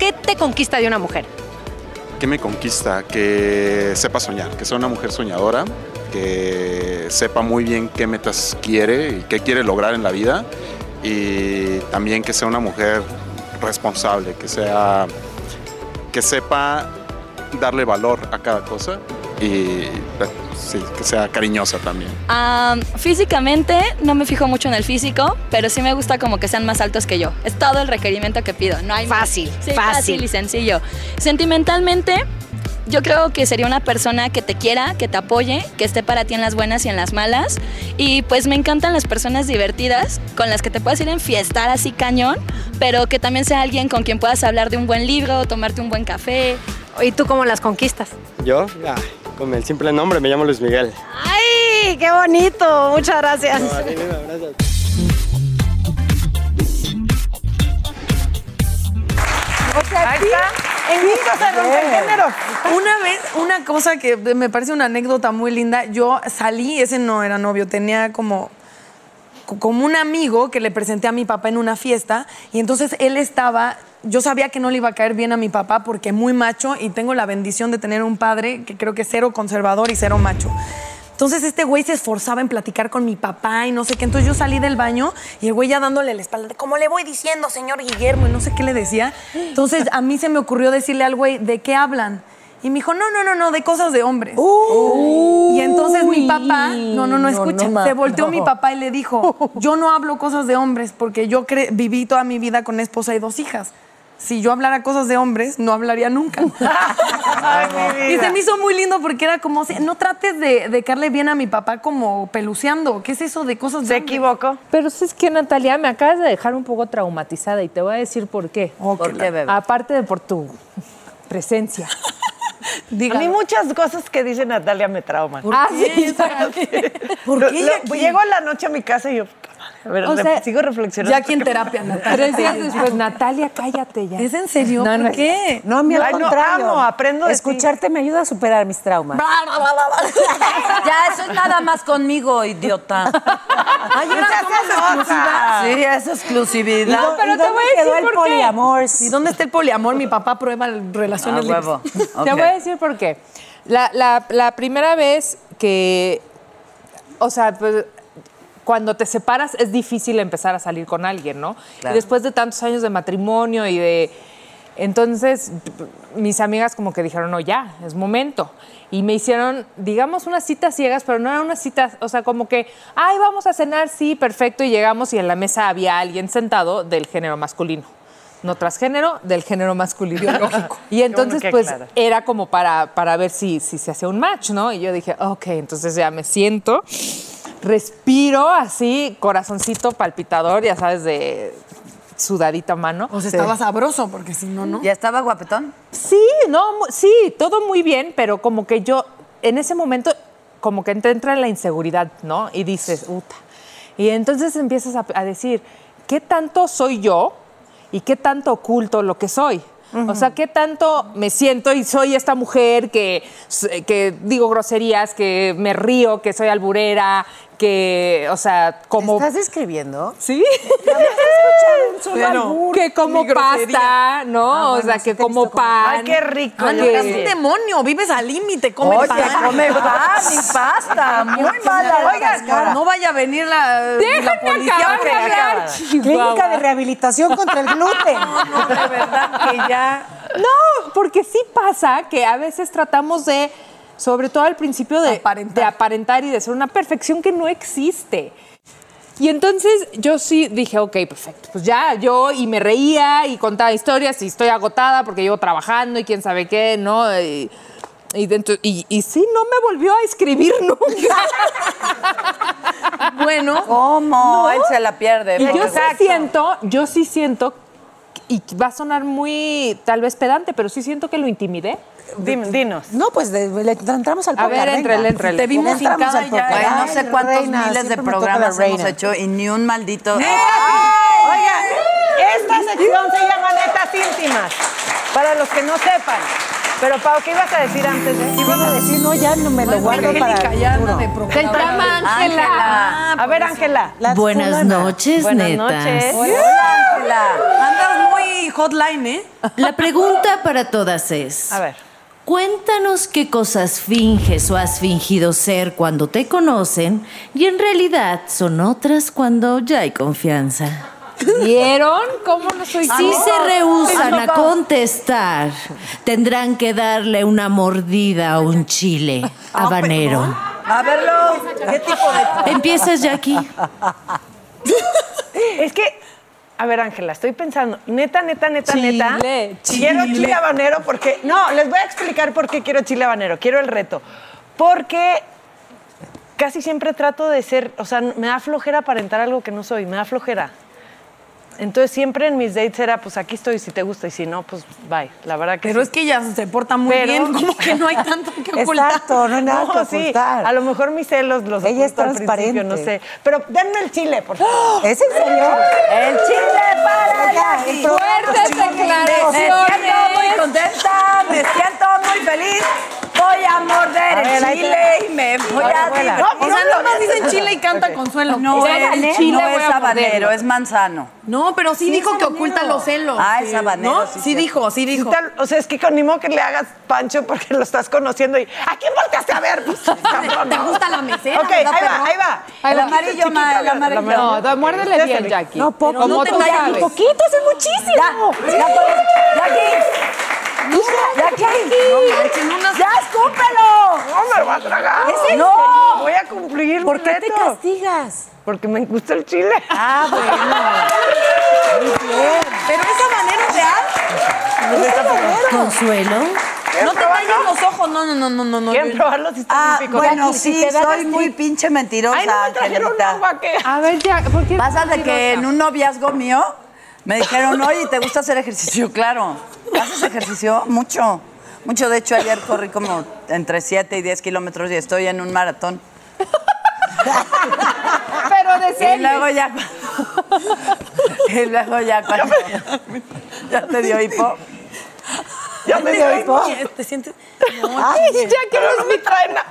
Speaker 1: ¿Qué te conquista de una mujer?
Speaker 12: ¿Qué me conquista? Que sepa soñar, que sea una mujer soñadora, que sepa muy bien qué metas quiere y qué quiere lograr en la vida y también que sea una mujer responsable, que sea que sepa darle valor a cada cosa y pues, sí, que sea cariñosa también.
Speaker 13: Am, físicamente no me fijo mucho en el físico, pero sí me gusta como que sean más altos que yo. Es todo el requerimiento que pido. No hay
Speaker 1: fácil,
Speaker 13: fácil,
Speaker 1: fácil.
Speaker 13: y sencillo. Sentimentalmente, yo creo que sería una persona que te quiera, que te apoye, que esté para ti en las buenas y en las malas. Y pues me encantan las personas divertidas, con las que te puedas ir a enfiestar así cañón, pero que también sea alguien con quien puedas hablar de un buen libro, tomarte un buen café.
Speaker 1: ¿Y tú cómo las conquistas?
Speaker 14: Yo, Ah, con el simple nombre, me llamo Luis Miguel.
Speaker 11: ¡Ay, qué bonito! Muchas gracias.
Speaker 5: O sea,
Speaker 7: Ahí está.
Speaker 5: En
Speaker 7: Sí,
Speaker 5: se
Speaker 7: bien.
Speaker 5: Una vez, una cosa que me parece una anécdota muy linda, yo salí, ese no era novio, tenía como co- como un amigo que le presenté a mi papá en una fiesta y entonces él estaba, yo sabía que no le iba a caer bien a mi papá porque muy macho y tengo la bendición de tener un padre que creo que es cero conservador y cero macho. Entonces este güey se esforzaba en platicar con mi papá y no sé qué. Entonces yo salí del baño y el güey ya dándole la espalda, de, como le voy diciendo, señor Guillermo, y no sé qué le decía. Entonces a mí se me ocurrió decirle al güey, ¿de qué hablan? Y me dijo, no, no, no, no, de cosas de hombres. y entonces mi papá, no, no, no,
Speaker 4: no,
Speaker 5: escucha,
Speaker 4: no, ma,
Speaker 5: se volteó
Speaker 4: no.
Speaker 5: mi papá y le dijo, yo no hablo cosas de hombres porque yo cre- viví toda mi vida con una esposa y dos hijas. Si yo hablara cosas de hombres, no hablaría nunca. Y se me hizo muy lindo porque era como, "Sí, no trates de, de caerle bien a mi papá como peluceando. ¿Qué es eso de cosas de Se equivocó.
Speaker 6: Pero si es que Natalia, me acabas de dejar un poco traumatizada y te voy a decir por qué.
Speaker 7: ¿Por qué, bebé?
Speaker 6: Aparte de por tu presencia.
Speaker 7: A mí muchas cosas que dice Natalia me trauman.
Speaker 6: Ah, sí,
Speaker 7: Lo- lo- Llego a la noche a mi casa y yo, puta madre, A ver,
Speaker 5: O
Speaker 7: re-
Speaker 5: sea,
Speaker 7: sigo reflexionando.
Speaker 5: ya aquí en terapia, Natalia.
Speaker 6: Tres días después, Natalia, cállate ya.
Speaker 5: ¿Es en serio?
Speaker 6: No, no
Speaker 5: ¿Por
Speaker 6: es-
Speaker 5: qué?
Speaker 4: No, a mí al
Speaker 5: Ay, no,
Speaker 4: contrario.
Speaker 5: amo, aprendo de ti.
Speaker 4: Escucharte me ayuda a superar mis traumas.
Speaker 3: ya, eso es nada más conmigo, idiota. Ay,
Speaker 4: No seas
Speaker 3: exclusiva. Sí, es exclusividad.
Speaker 4: No, pero ¿Y te dónde voy a decir quedó el por qué? poliamor?
Speaker 5: ¿Y dónde está el poliamor? Mi papá prueba relaciones
Speaker 6: Ah,
Speaker 5: libres.
Speaker 6: huevo. Te voy a decir por qué. La, la- la primera vez que, o sea, pues, cuando te separas es difícil empezar a salir con alguien, ¿no?
Speaker 3: Claro.
Speaker 6: Y después de tantos años de matrimonio y de... Entonces, p- mis amigas como que dijeron, no, ya, es momento. Y me hicieron, digamos, unas citas ciegas, pero no eran unas citas, o sea, como que, ay, vamos a cenar, sí, perfecto, y llegamos y en la mesa había alguien sentado del género masculino. No transgénero, del género masculino.
Speaker 3: Biológico.
Speaker 6: Y entonces,
Speaker 3: que
Speaker 6: pues,
Speaker 3: aclara.
Speaker 6: era como para, para ver si, si se hacía un match, ¿no? Y yo dije, ok, entonces ya me siento, respiro así, corazoncito palpitador, ya sabes, de sudadita mano.
Speaker 5: O sea,
Speaker 6: Sí.
Speaker 5: estaba sabroso, porque si no, no. ¿Ya
Speaker 3: estaba guapetón?
Speaker 6: Sí, no, mu- sí, todo muy bien, pero como que yo, en ese momento, como que te entra la inseguridad, ¿no? Y dices, puta. Y entonces empiezas a, a decir, ¿qué tanto soy yo y qué tanto oculto lo que soy? O sea, ¿qué tanto me siento y soy esta mujer que, s- que digo groserías, que me río, que soy alburera, que, o sea, como...
Speaker 4: ¿Estás describiendo?
Speaker 6: Sí.
Speaker 4: Bueno, albur,
Speaker 6: que como
Speaker 4: ni grosería.
Speaker 6: pasta, ¿no?
Speaker 4: Ah,
Speaker 6: o
Speaker 4: bueno,
Speaker 6: sea,
Speaker 4: sí
Speaker 6: que
Speaker 4: te he
Speaker 6: como
Speaker 4: visto comer
Speaker 6: pan.
Speaker 4: pan. Ah, Ay, qué rico,
Speaker 6: Que-
Speaker 4: yo
Speaker 5: Eres Ah, un demonio, vives al límite, come
Speaker 6: Oye,
Speaker 5: pan.
Speaker 6: come
Speaker 3: pan y pasta, muy mala la
Speaker 5: Oiga,
Speaker 3: cascara.
Speaker 5: no vaya a venir la, la
Speaker 3: Déjenme
Speaker 5: policía.
Speaker 3: acabar
Speaker 5: porque
Speaker 3: de hablar,
Speaker 5: acaba.
Speaker 4: Clínica de rehabilitación contra el gluten.
Speaker 6: No, ¡Ah! porque sí pasa que a veces tratamos de, sobre todo al principio, de de aparentar, y de ser una perfección que no existe. Y entonces yo sí dije, ok, perfecto, pues ya yo y me reía y contaba historias y estoy agotada porque llevo trabajando y quién sabe qué, ¿no? Y, y, dentro- y- y sí, no me volvió a escribir nunca. bueno.
Speaker 3: ¿Cómo? Él se la pierde.
Speaker 6: Y yo sí
Speaker 3: Exacto.
Speaker 6: siento, yo sí siento, y va a sonar muy tal vez pedante, pero sí siento que lo intimidé.
Speaker 4: dinos. No, pues de- le entramos al
Speaker 6: A ver,
Speaker 4: poca,
Speaker 6: entrele,
Speaker 4: venga.
Speaker 6: entrele.
Speaker 4: Ya entramos al poca.
Speaker 3: Güey, no
Speaker 4: Ay,
Speaker 3: sé cuántos
Speaker 4: reina,
Speaker 3: miles de
Speaker 4: siempre me toca
Speaker 3: programas
Speaker 4: la
Speaker 3: hemos
Speaker 4: reina.
Speaker 3: hecho y ni un maldito.
Speaker 7: Oigan, esta sección se llama Netas Íntimas. Para los que no sepan. Pero, Pau, ¿qué ibas a decir antes? eh? De...
Speaker 4: Iban a decir, no, ya no me lo guardo para el futuro.
Speaker 7: Del
Speaker 4: llama Ángela.
Speaker 3: Ah,
Speaker 7: Ah, A ver, Ángela.
Speaker 2: Buenas noches,
Speaker 7: Buenas
Speaker 2: netas.
Speaker 7: noches.
Speaker 2: Hola,
Speaker 3: Ángela. Andas muy hotline, ¿eh?
Speaker 2: La pregunta para todas es.
Speaker 7: A ver.
Speaker 2: Cuéntanos qué cosas finges o has fingido ser cuando te conocen y en realidad son otras cuando ya hay confianza.
Speaker 6: ¿Vieron cómo no soy
Speaker 4: Ah,
Speaker 2: Si
Speaker 6: yo?
Speaker 2: se rehusan a
Speaker 6: Vamos.
Speaker 2: contestar, tendrán que darle una mordida a un chile
Speaker 4: Ah,
Speaker 2: habanero.
Speaker 3: A verlo. ¿Qué tipo de.?
Speaker 2: Empiezas, Jackie.
Speaker 7: Es que, a ver, Ángela, estoy pensando, neta, neta, neta, neta.
Speaker 6: chile.
Speaker 7: Quiero chile habanero porque. No, les voy a explicar por qué quiero chile habanero. Quiero el reto. Porque casi siempre trato de ser. O sea, me da flojera aparentar algo que no soy, me da flojera. Entonces siempre en mis dates era, pues aquí estoy si te gusta y si no, pues bye. La verdad que
Speaker 5: Pero
Speaker 7: sí.
Speaker 5: es que ya se porta muy
Speaker 7: Pero-
Speaker 5: bien, como que no hay tanto que ocultar.
Speaker 7: Exacto, no hay nada que ocultar. A lo mejor mis celos los Ella
Speaker 4: es transparente.
Speaker 7: no sé. Pero denme el chile, por favor.
Speaker 4: ¿Es en serio?
Speaker 7: ¡El chile para
Speaker 4: Oiga, el programa
Speaker 3: Fuertes
Speaker 4: chile.
Speaker 3: Me siento muy contenta, me siento muy feliz. Voy a morder
Speaker 5: A ver,
Speaker 3: el
Speaker 5: ahí te-
Speaker 3: chile y me voy
Speaker 5: Ahora,
Speaker 3: a
Speaker 5: abuela.
Speaker 3: divertir.
Speaker 5: No, o sea, nada más dicen chile y canta Ok. Consuelo.
Speaker 3: No,
Speaker 5: O sea,
Speaker 3: es,
Speaker 5: el
Speaker 3: el
Speaker 5: chile
Speaker 3: no
Speaker 5: voy a
Speaker 3: es habanero,
Speaker 5: morderlo.
Speaker 3: es manzano.
Speaker 5: No, pero sí,
Speaker 3: Sí,
Speaker 5: dijo
Speaker 3: es
Speaker 5: que
Speaker 3: habanero.
Speaker 5: oculta los celos.
Speaker 3: Ah, es habanero,
Speaker 5: ¿No?
Speaker 3: sí,
Speaker 5: Sí,
Speaker 3: cierto.
Speaker 5: dijo, sí dijo.
Speaker 7: Tal- o sea, es que con ni modo que le hagas pancho porque lo estás conociendo y ¿a quién volteaste a ver? Pues, cabrón,
Speaker 5: ¿Te
Speaker 7: ¿no?
Speaker 5: gusta la mesera?
Speaker 7: Ok, ahí
Speaker 5: verdad,
Speaker 7: va,
Speaker 5: perro?
Speaker 7: ahí va.
Speaker 5: Ah, El amarillo, ma, el amarillo.
Speaker 6: No, da- muérdele bien, Jackie.
Speaker 7: No, poco,
Speaker 6: Como
Speaker 7: no te
Speaker 6: tú
Speaker 7: vayas,
Speaker 6: sabes.
Speaker 7: poquito, es muchísimo.
Speaker 3: Ya, Jackie. Jackie. ¡Ya, escúpelo!
Speaker 7: No me lo vas a tragar.
Speaker 3: ¿Es en
Speaker 7: no,
Speaker 3: serio?
Speaker 7: voy a cumplir. ¿Por qué te castigas? Porque me gusta el chile. Ah, bueno. Muy bien.
Speaker 3: Pero esa manera real.
Speaker 2: Consuelo.
Speaker 3: No te vayas los ojos, no, no, no, no, no.
Speaker 7: ¿Quieren probarlo si están
Speaker 3: Ah,
Speaker 7: típicos?
Speaker 3: bueno,
Speaker 7: Jackie, si
Speaker 3: sí,
Speaker 7: te dan
Speaker 3: soy
Speaker 7: así-
Speaker 3: muy pinche mentirosa.
Speaker 7: Ay, no me trajeron
Speaker 3: Angelita.
Speaker 7: agua, ¿qué?
Speaker 5: Ah,
Speaker 6: A ver, ya, ¿por qué?
Speaker 3: Pasa de que en
Speaker 6: mentirosa?
Speaker 3: un noviazgo mío me dijeron, oye, ¿te gusta hacer ejercicio? Claro. ¿Haces ejercicio? Mucho. Mucho. De hecho, ayer corrí como entre 7 y 10 kilómetros y estoy en un maratón.
Speaker 6: Pero luego de series.
Speaker 3: Y luego ya. y luego ya cuando. ya te dio hipo.
Speaker 5: Ya
Speaker 3: me dio hipo.
Speaker 5: ¿Te sientes?
Speaker 3: Ay, ya que no
Speaker 5: es mi traena.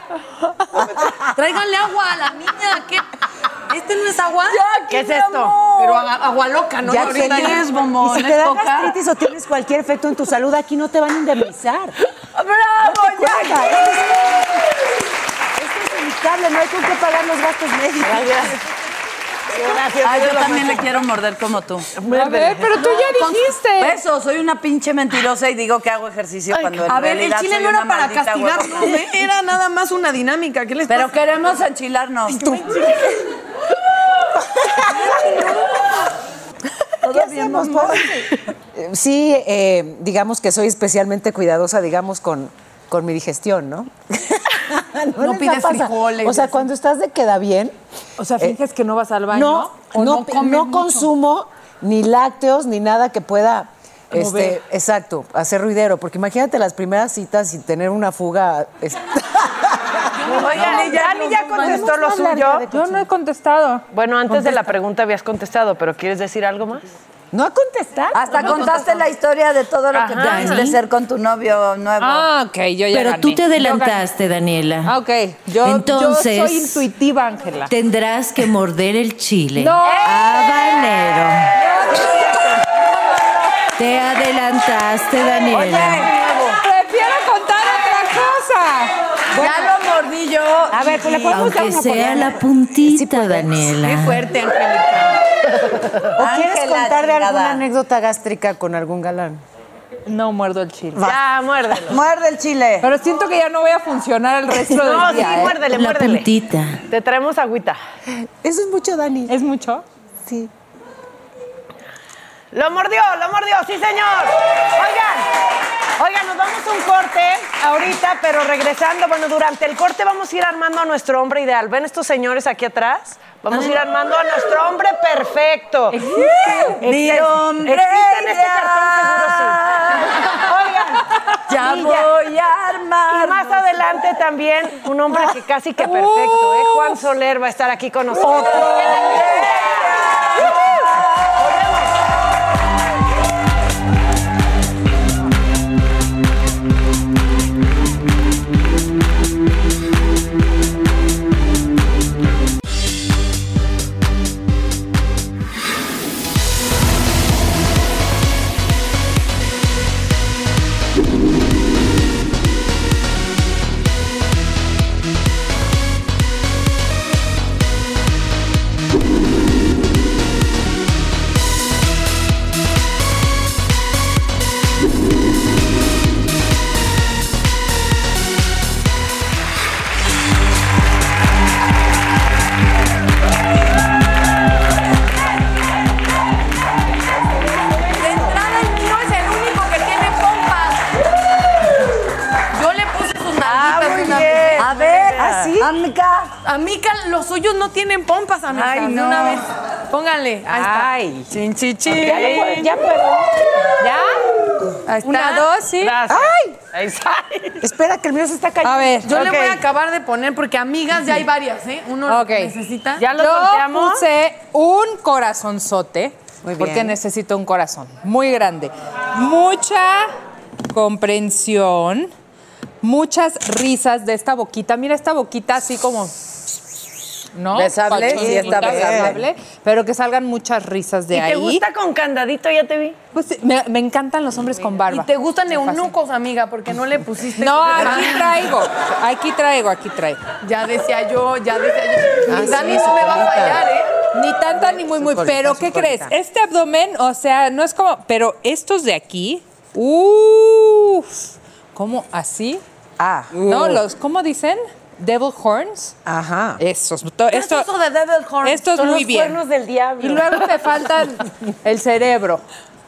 Speaker 5: Tráiganle agua a la niña. ¿Qué? ¿Este no es agua?
Speaker 4: ¿Qué es esto?
Speaker 5: Pero aga- agua loca, ¿no?
Speaker 4: Ya
Speaker 5: Ahorita
Speaker 4: sé.
Speaker 5: ya es bombón,
Speaker 4: Y si
Speaker 5: es
Speaker 4: te da
Speaker 5: coca.
Speaker 4: gastritis o tienes cualquier efecto en tu salud, aquí no te van a indemnizar.
Speaker 3: ¡Bravo,
Speaker 4: Cuenta, esto es- Esto es inevitable, no hay con qué pagar los gastos médicos.
Speaker 3: Gracias. Ah, yo también le quiero morder como tú.
Speaker 6: A ver, pero tú ya
Speaker 3: Con-
Speaker 5: Eh.
Speaker 6: dijiste.
Speaker 3: Eso, soy una pinche mentirosa y digo que hago ejercicio cuando en
Speaker 5: A ver, el
Speaker 3: realidad
Speaker 5: chile
Speaker 3: soy
Speaker 5: no era
Speaker 3: una
Speaker 5: para
Speaker 3: maldita
Speaker 5: castigarnos,
Speaker 3: huevona.
Speaker 5: ¿eh? era nada más una dinámica. ¿Qué les
Speaker 3: Pero
Speaker 5: pasa?
Speaker 3: queremos enchilarnos.
Speaker 4: ¿Qué hacemos, Eh, Sí, eh, digamos que soy especialmente cuidadosa, digamos, con, con mi digestión, ¿no?
Speaker 6: No
Speaker 4: les
Speaker 6: pides
Speaker 4: la pasa.
Speaker 6: frijoles,
Speaker 4: O sea,
Speaker 6: así.
Speaker 4: cuando estás de queda bien.
Speaker 6: O
Speaker 5: Eh,
Speaker 6: sea, finges que no vas al baño.
Speaker 4: No,
Speaker 6: ¿O
Speaker 4: no,
Speaker 6: no comes
Speaker 4: no
Speaker 6: mucho?
Speaker 4: consumo ni lácteos ni nada que pueda.
Speaker 6: Mover.
Speaker 4: Este, exacto, hacer ruidero, porque imagínate las primeras citas y tener una fuga. es-
Speaker 7: Oigan,
Speaker 5: Ah,
Speaker 7: Dani ya contestó lo suyo.
Speaker 6: Yo no he contestado.
Speaker 7: Bueno, antes de la pregunta habías contestado, pero ¿quieres decir algo más?
Speaker 4: No ha contestado.
Speaker 3: Hasta contaste la historia de todo lo que
Speaker 7: Ajá.
Speaker 3: tuviste de ser con tu novio nuevo.
Speaker 6: Ah, ok, yo ya
Speaker 2: Pero
Speaker 6: gané.
Speaker 2: tú te
Speaker 6: Yo
Speaker 2: adelantaste, Daniela.
Speaker 6: Ah, ok. Yo, yo
Speaker 2: Entonces-
Speaker 6: soy intuitiva, Ángela.
Speaker 2: Tendrás que morder el chile.
Speaker 6: ¡No!
Speaker 5: Ah,
Speaker 2: Habanero. Te adelantaste, Daniela.
Speaker 6: Prefiero contar otra cosa.
Speaker 3: Ya lo mordí yo.
Speaker 4: A ver, pues le podemos dar
Speaker 2: Aunque
Speaker 4: una
Speaker 2: sea
Speaker 4: poliana?
Speaker 2: la puntita, Daniela.
Speaker 4: ¿O quieres
Speaker 3: Ángela,
Speaker 4: contar de alguna
Speaker 3: chingada.
Speaker 4: anécdota gástrica con algún galán?
Speaker 6: No muerdo el chile.
Speaker 4: Va.
Speaker 7: Ya, muérdelo.
Speaker 3: Muerde el chile.
Speaker 6: Pero siento que ya no voy a funcionar el resto
Speaker 7: No,
Speaker 6: del
Speaker 7: sí,
Speaker 6: día. ¿eh?
Speaker 7: muérdele, muérdele.
Speaker 2: puntita.
Speaker 7: Te traemos agüita.
Speaker 4: Eso es mucho, Dani.
Speaker 6: ¿Es mucho?
Speaker 4: Sí.
Speaker 7: Lo mordió, lo mordió, sí señor. Oigan, oigan, nos vamos a un corte ahorita, pero regresando, bueno, durante el corte vamos a ir armando a nuestro hombre ideal. ¿Ven estos señores aquí atrás? Vamos a ir armando a nuestro hombre perfecto.
Speaker 3: Mi
Speaker 7: Existe-
Speaker 3: hombre
Speaker 7: existe en este cartón seguro sí. Oigan,
Speaker 3: Ya
Speaker 7: y
Speaker 3: voy a armar.
Speaker 7: Y más adelante también un hombre que casi que perfecto, ¿eh? Juan Soler va a estar aquí con nosotros.
Speaker 5: De entrada, el mío es el único que tiene pompas. Yo le puse sus nalguitas
Speaker 3: Ah, muy
Speaker 5: una
Speaker 3: bien.
Speaker 5: vez.
Speaker 3: A ver, ¿así? Amica.
Speaker 6: Ah.
Speaker 5: Amica, los suyos no tienen pompas, amica.
Speaker 3: Ay, no.
Speaker 5: Una vez. Pónganle. Ahí está.
Speaker 6: Ay.
Speaker 3: Chin, chin, chin.
Speaker 7: Ya, le puedo- ya puedo.
Speaker 6: ¿Ya?
Speaker 5: Ahí está.
Speaker 6: Una, dos, sí.
Speaker 7: Gracias.
Speaker 4: ¡Ay!
Speaker 7: Ahí está.
Speaker 4: Espera, que el mío se está cayendo.
Speaker 6: A ver.
Speaker 5: Yo
Speaker 7: Ok.
Speaker 5: le voy a acabar de poner porque amigas ya hay varias, ¿eh? Uno
Speaker 6: Ok.
Speaker 5: necesita.
Speaker 7: Ya lo
Speaker 6: Yo
Speaker 7: sorteamos.
Speaker 6: puse un corazonzote.
Speaker 4: Muy bien.
Speaker 6: Porque necesito un corazón muy grande. Mucha comprensión. Muchas risas de esta boquita. Mira esta boquita así como. ¿No?
Speaker 3: Besable, sí,
Speaker 6: Pachosita,
Speaker 3: está besable.
Speaker 6: besable, Pero que salgan muchas risas de
Speaker 7: ¿Y
Speaker 6: ahí.
Speaker 7: te gusta con candadito? Ya te vi.
Speaker 6: Pues sí, me, me encantan los hombres con
Speaker 5: Y
Speaker 6: barba.
Speaker 5: te gustan
Speaker 6: Se fascinan.
Speaker 5: eunucos, amiga, porque no le pusiste.
Speaker 6: No,
Speaker 5: su-
Speaker 6: aquí traigo. Aquí traigo, aquí traigo.
Speaker 5: Ya decía yo, ya decía yo.
Speaker 6: Ah,
Speaker 5: Dani
Speaker 6: sí,
Speaker 5: no
Speaker 6: su
Speaker 5: me va a
Speaker 6: colita.
Speaker 5: fallar, ¿eh?
Speaker 6: Ni tanta ni muy, muy.
Speaker 4: colita,
Speaker 6: Pero,
Speaker 4: su
Speaker 6: ¿qué crees?
Speaker 4: colita.
Speaker 6: Este abdomen, o sea, no es como. Pero estos de aquí. Uff. ¿Cómo así?
Speaker 4: Ah.
Speaker 6: No, los. ¿Cómo dicen? Devil horns.
Speaker 4: Ajá.
Speaker 6: Estos. to- esto,
Speaker 5: Eso de Devil Horn.
Speaker 6: esto es
Speaker 7: Son
Speaker 6: muy
Speaker 7: los
Speaker 6: bien.
Speaker 7: cuernos del diablo.
Speaker 6: Y luego te faltan el cerebro.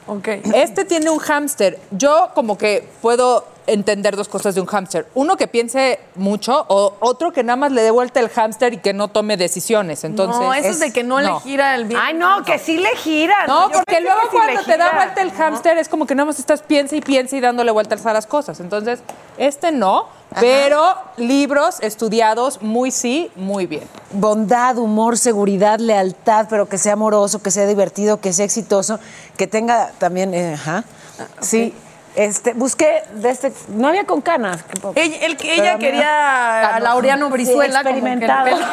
Speaker 5: Ok.
Speaker 6: Este tiene un hámster. Yo como que puedo entender dos cosas de un hámster. Uno que piense mucho o otro que nada más le dé vuelta el hámster y que no tome decisiones. Entonces,
Speaker 5: no, eso es, de que no, le gira el bien. Ay,
Speaker 7: no, que sí le gira.
Speaker 6: No, porque luego cuando te da vuelta el hámster es como que nada más estás piensa y piensa y dándole vueltas a las cosas. Entonces, este no, pero libros estudiados, muy sí, muy bien.
Speaker 4: Bondad, humor, seguridad, lealtad, pero que sea amoroso, que sea divertido, que sea exitoso, que tenga también. eh, ajá.
Speaker 5: Ah,
Speaker 4: Sí. Este, busqué de este. No había con canas.
Speaker 5: Ella, el que- ella quería a Laureano Brizuela. como que el
Speaker 4: experimentado.
Speaker 5: pelo-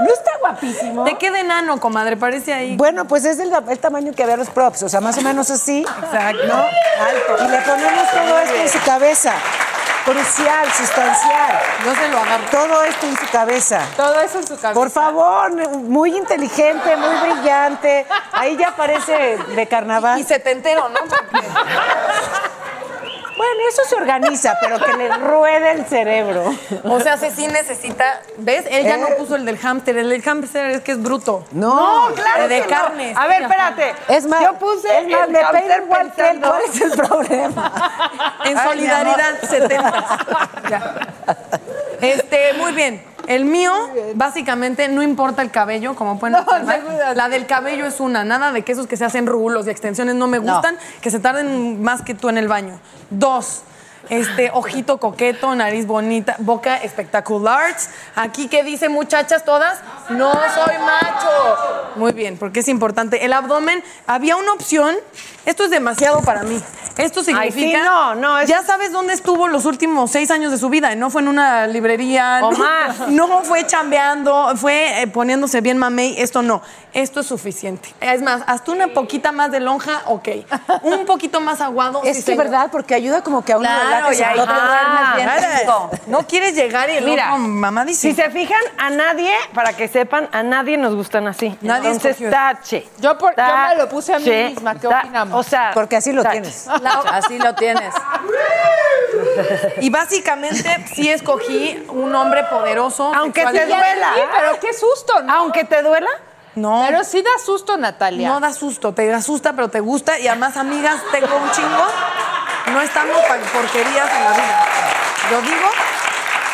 Speaker 4: No está guapísimo.
Speaker 5: ¿De qué de enano, comadre? Parece ahí.
Speaker 4: Bueno, pues es el, el tamaño que había los props, o sea, más o menos así.
Speaker 5: Exacto.
Speaker 4: ¿no? Alto. Y le ponemos todo esto en su cabeza. Crucial, sustancial.
Speaker 5: No se lo agarro.
Speaker 4: Todo esto en su cabeza.
Speaker 6: Todo eso en su cabeza.
Speaker 4: Por favor, muy inteligente, muy brillante. Ahí ya parece de carnaval. Y
Speaker 5: setentero, ¿no?
Speaker 4: Bueno, eso se organiza, pero que le ruede el cerebro.
Speaker 5: O sea, se sí necesita. ¿Ves? Él ya no puso el del hámster. El del hámster es que es bruto.
Speaker 4: No,
Speaker 5: El de
Speaker 7: que no.
Speaker 5: carnes.
Speaker 7: A ver, espérate.
Speaker 4: Es más,
Speaker 7: yo puse
Speaker 4: es más,
Speaker 7: el
Speaker 4: me peino
Speaker 7: hámster
Speaker 4: el guantel,
Speaker 7: pensando-
Speaker 4: ¿cuál es el problema?
Speaker 5: En
Speaker 7: Ay,
Speaker 5: solidaridad
Speaker 7: mi amor.
Speaker 5: 70. Ya. Este, muy bien. El mío, básicamente, no importa el cabello, como pueden observar. La del cabello es una. Nada de que esos que se hacen rulos y extensiones no me
Speaker 4: No.
Speaker 5: gustan, que se tarden más que tú en el baño. Dos. Este, ojito coqueto, nariz bonita, boca espectacular. Aquí que dice muchachas todas, no soy macho. Muy bien, porque es importante. El abdomen, había una opción. Esto es demasiado para mí. Esto significa.
Speaker 7: Ay, sí, no, no, es-
Speaker 5: Ya sabes dónde estuvo los últimos seis años de su vida. y No fue en una librería.
Speaker 7: O
Speaker 5: no,
Speaker 7: más.
Speaker 5: No fue chambeando, fue eh, poniéndose bien mamey. Esto no. Esto es suficiente. Es más, hasta una poquita más de lonja, ok. Un poquito más aguado.
Speaker 4: Es
Speaker 5: sí,
Speaker 4: que,
Speaker 5: señor.
Speaker 4: ¿verdad? Porque ayuda como que a uno
Speaker 5: Claro,
Speaker 4: relaje su
Speaker 5: ya
Speaker 4: propio-
Speaker 5: No quieres llegar y
Speaker 7: Mira,
Speaker 5: mira, mamá dice.
Speaker 7: Si se fijan, a nadie, para que sepan, a nadie nos gustan así.
Speaker 5: Nadie
Speaker 7: Entonces,
Speaker 5: escogió.
Speaker 7: tache.
Speaker 6: Yo, por- yo me lo puse a mí
Speaker 7: Tache.
Speaker 6: misma, ¿qué
Speaker 7: Ta-
Speaker 6: opinamos?
Speaker 7: O sea,
Speaker 4: Porque así lo
Speaker 7: tache.
Speaker 4: tienes.
Speaker 5: Así lo tienes. Y básicamente sí escogí un hombre poderoso.
Speaker 7: Aunque te
Speaker 5: sexual.
Speaker 7: duela.
Speaker 6: Sí, pero qué susto, ¿no?
Speaker 7: Aunque te duela.
Speaker 5: No.
Speaker 6: Pero sí da susto, Natalia.
Speaker 5: No da susto, te asusta, pero te gusta. Y además, amigas, tengo un chingo. No estamos para porquerías en la vida. Yo digo.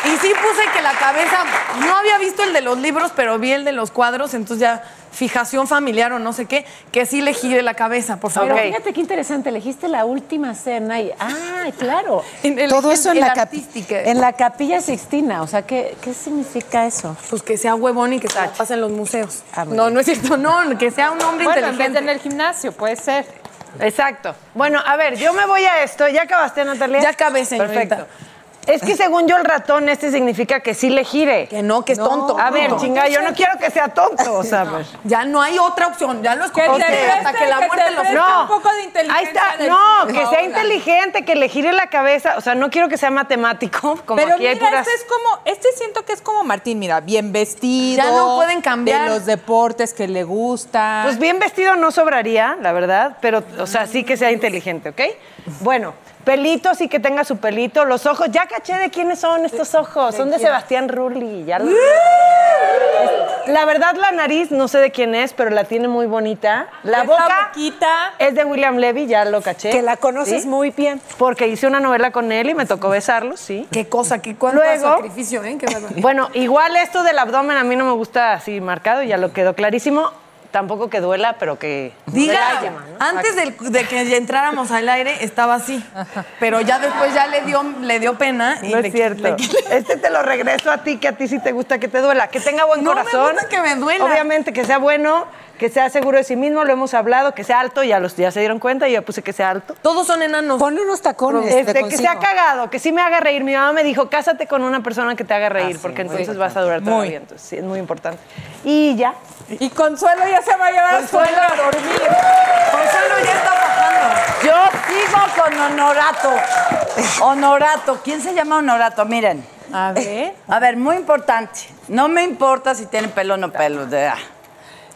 Speaker 5: Y sí puse que la cabeza. No había visto el de los libros, pero vi el de los cuadros. Entonces ya, fijación familiar o no sé qué, que sí le gire la cabeza, por favor.
Speaker 4: Pero fíjate qué interesante, elegiste la última cena y. ¡Ah, claro!
Speaker 5: En el-
Speaker 4: Todo eso en,
Speaker 5: el
Speaker 4: la cap-
Speaker 5: artística.
Speaker 4: en la capilla Sixtina. O sea, ¿qué, qué significa eso?
Speaker 5: Pues que sea huevón y que se la pase en los museos. No, no es cierto, no, que sea un hombre
Speaker 6: Ah, Bueno, en vez de
Speaker 5: inteligente.
Speaker 6: en el gimnasio, puede ser.
Speaker 7: Exacto. Bueno, a ver, yo me voy a esto. ¿Ya acabaste, Natalia?
Speaker 5: Ya acabé, señorita.
Speaker 7: Perfecto. Es que según yo el ratón este significa que sí le gire.
Speaker 5: Que no, que es tonto.
Speaker 7: A ver, chinga, yo no quiero que sea tonto, o sea, pues.
Speaker 5: Ya no hay otra opción, ya lo
Speaker 6: Que
Speaker 5: escogí.
Speaker 6: te preste-
Speaker 5: Hasta que la
Speaker 6: que
Speaker 5: muerte
Speaker 6: te
Speaker 5: los...
Speaker 6: preste un poco de inteligencia.
Speaker 7: Ahí está,
Speaker 6: del-
Speaker 7: no, que sea
Speaker 6: Ahora.
Speaker 7: inteligente, que le gire la cabeza, o sea, no quiero que sea matemático, como
Speaker 6: Pero
Speaker 7: aquí hay
Speaker 6: mira,
Speaker 7: puras...
Speaker 6: este es como, este siento que es como Martín, mira, bien vestido.
Speaker 5: Ya no pueden cambiar.
Speaker 6: De los deportes que le gustan.
Speaker 7: Pues bien vestido no sobraría, la verdad, pero, o sea, sí que sea inteligente, ¿ok? Bueno, pelitos y que tenga su pelito, los ojos, ya caché de quiénes son estos ojos, son de Sebastián Rulli, ya lo... La verdad, la nariz, no sé de quién es, pero la tiene muy bonita. La
Speaker 6: Esa
Speaker 7: boca
Speaker 6: boquita.
Speaker 7: es de William Levy, ya lo caché.
Speaker 4: Que la conoces
Speaker 7: ¿Sí?
Speaker 4: muy bien.
Speaker 7: Porque hice una novela con él y me tocó besarlo, sí.
Speaker 5: Qué cosa, qué cuánto
Speaker 7: Luego-
Speaker 5: sacrificio, ¿eh? Qué barbaridad.
Speaker 7: Bueno, igual esto del abdomen a mí no me gusta así marcado, ya lo quedó clarísimo. Tampoco que duela, pero que...
Speaker 5: Diga, Ah,
Speaker 7: Relaje, man, ¿no?
Speaker 5: antes del- de, que entráramos al aire estaba así, pero ya después ya le dio, le dio pena. y
Speaker 7: No
Speaker 5: le-
Speaker 7: es cierto.
Speaker 5: le-
Speaker 7: Este te lo regreso a ti, que a ti sí te gusta que te duela. Que tenga buen
Speaker 5: No me
Speaker 7: corazón.
Speaker 5: gusta que me duela.
Speaker 7: Obviamente, que sea bueno, que sea seguro de sí mismo, lo hemos hablado, que sea alto, ya, los, ya se dieron cuenta, yo ya puse que sea alto.
Speaker 5: Todos son enanos.
Speaker 4: Ponle unos tacones.
Speaker 7: Este,
Speaker 4: te
Speaker 7: que sea
Speaker 4: consigo.
Speaker 7: cagado, que sí me haga reír. Mi mamá me dijo, cásate con una persona que te haga
Speaker 5: Ah,
Speaker 7: reír, porque entonces vas a durar toda la
Speaker 6: Muy.
Speaker 7: vida. Entonces, sí, es muy importante. Y ya.
Speaker 6: Y Consuelo ya se va a llevar a su
Speaker 5: Consuelo.
Speaker 6: a dormir.
Speaker 5: Consuelo ya está bajando.
Speaker 3: Yo sigo con Honorato. Honorato. ¿Quién se llama Honorato? Miren.
Speaker 6: A ver.
Speaker 3: A ver, muy importante. No me importa si tienen pelo o no pelo. de- ah.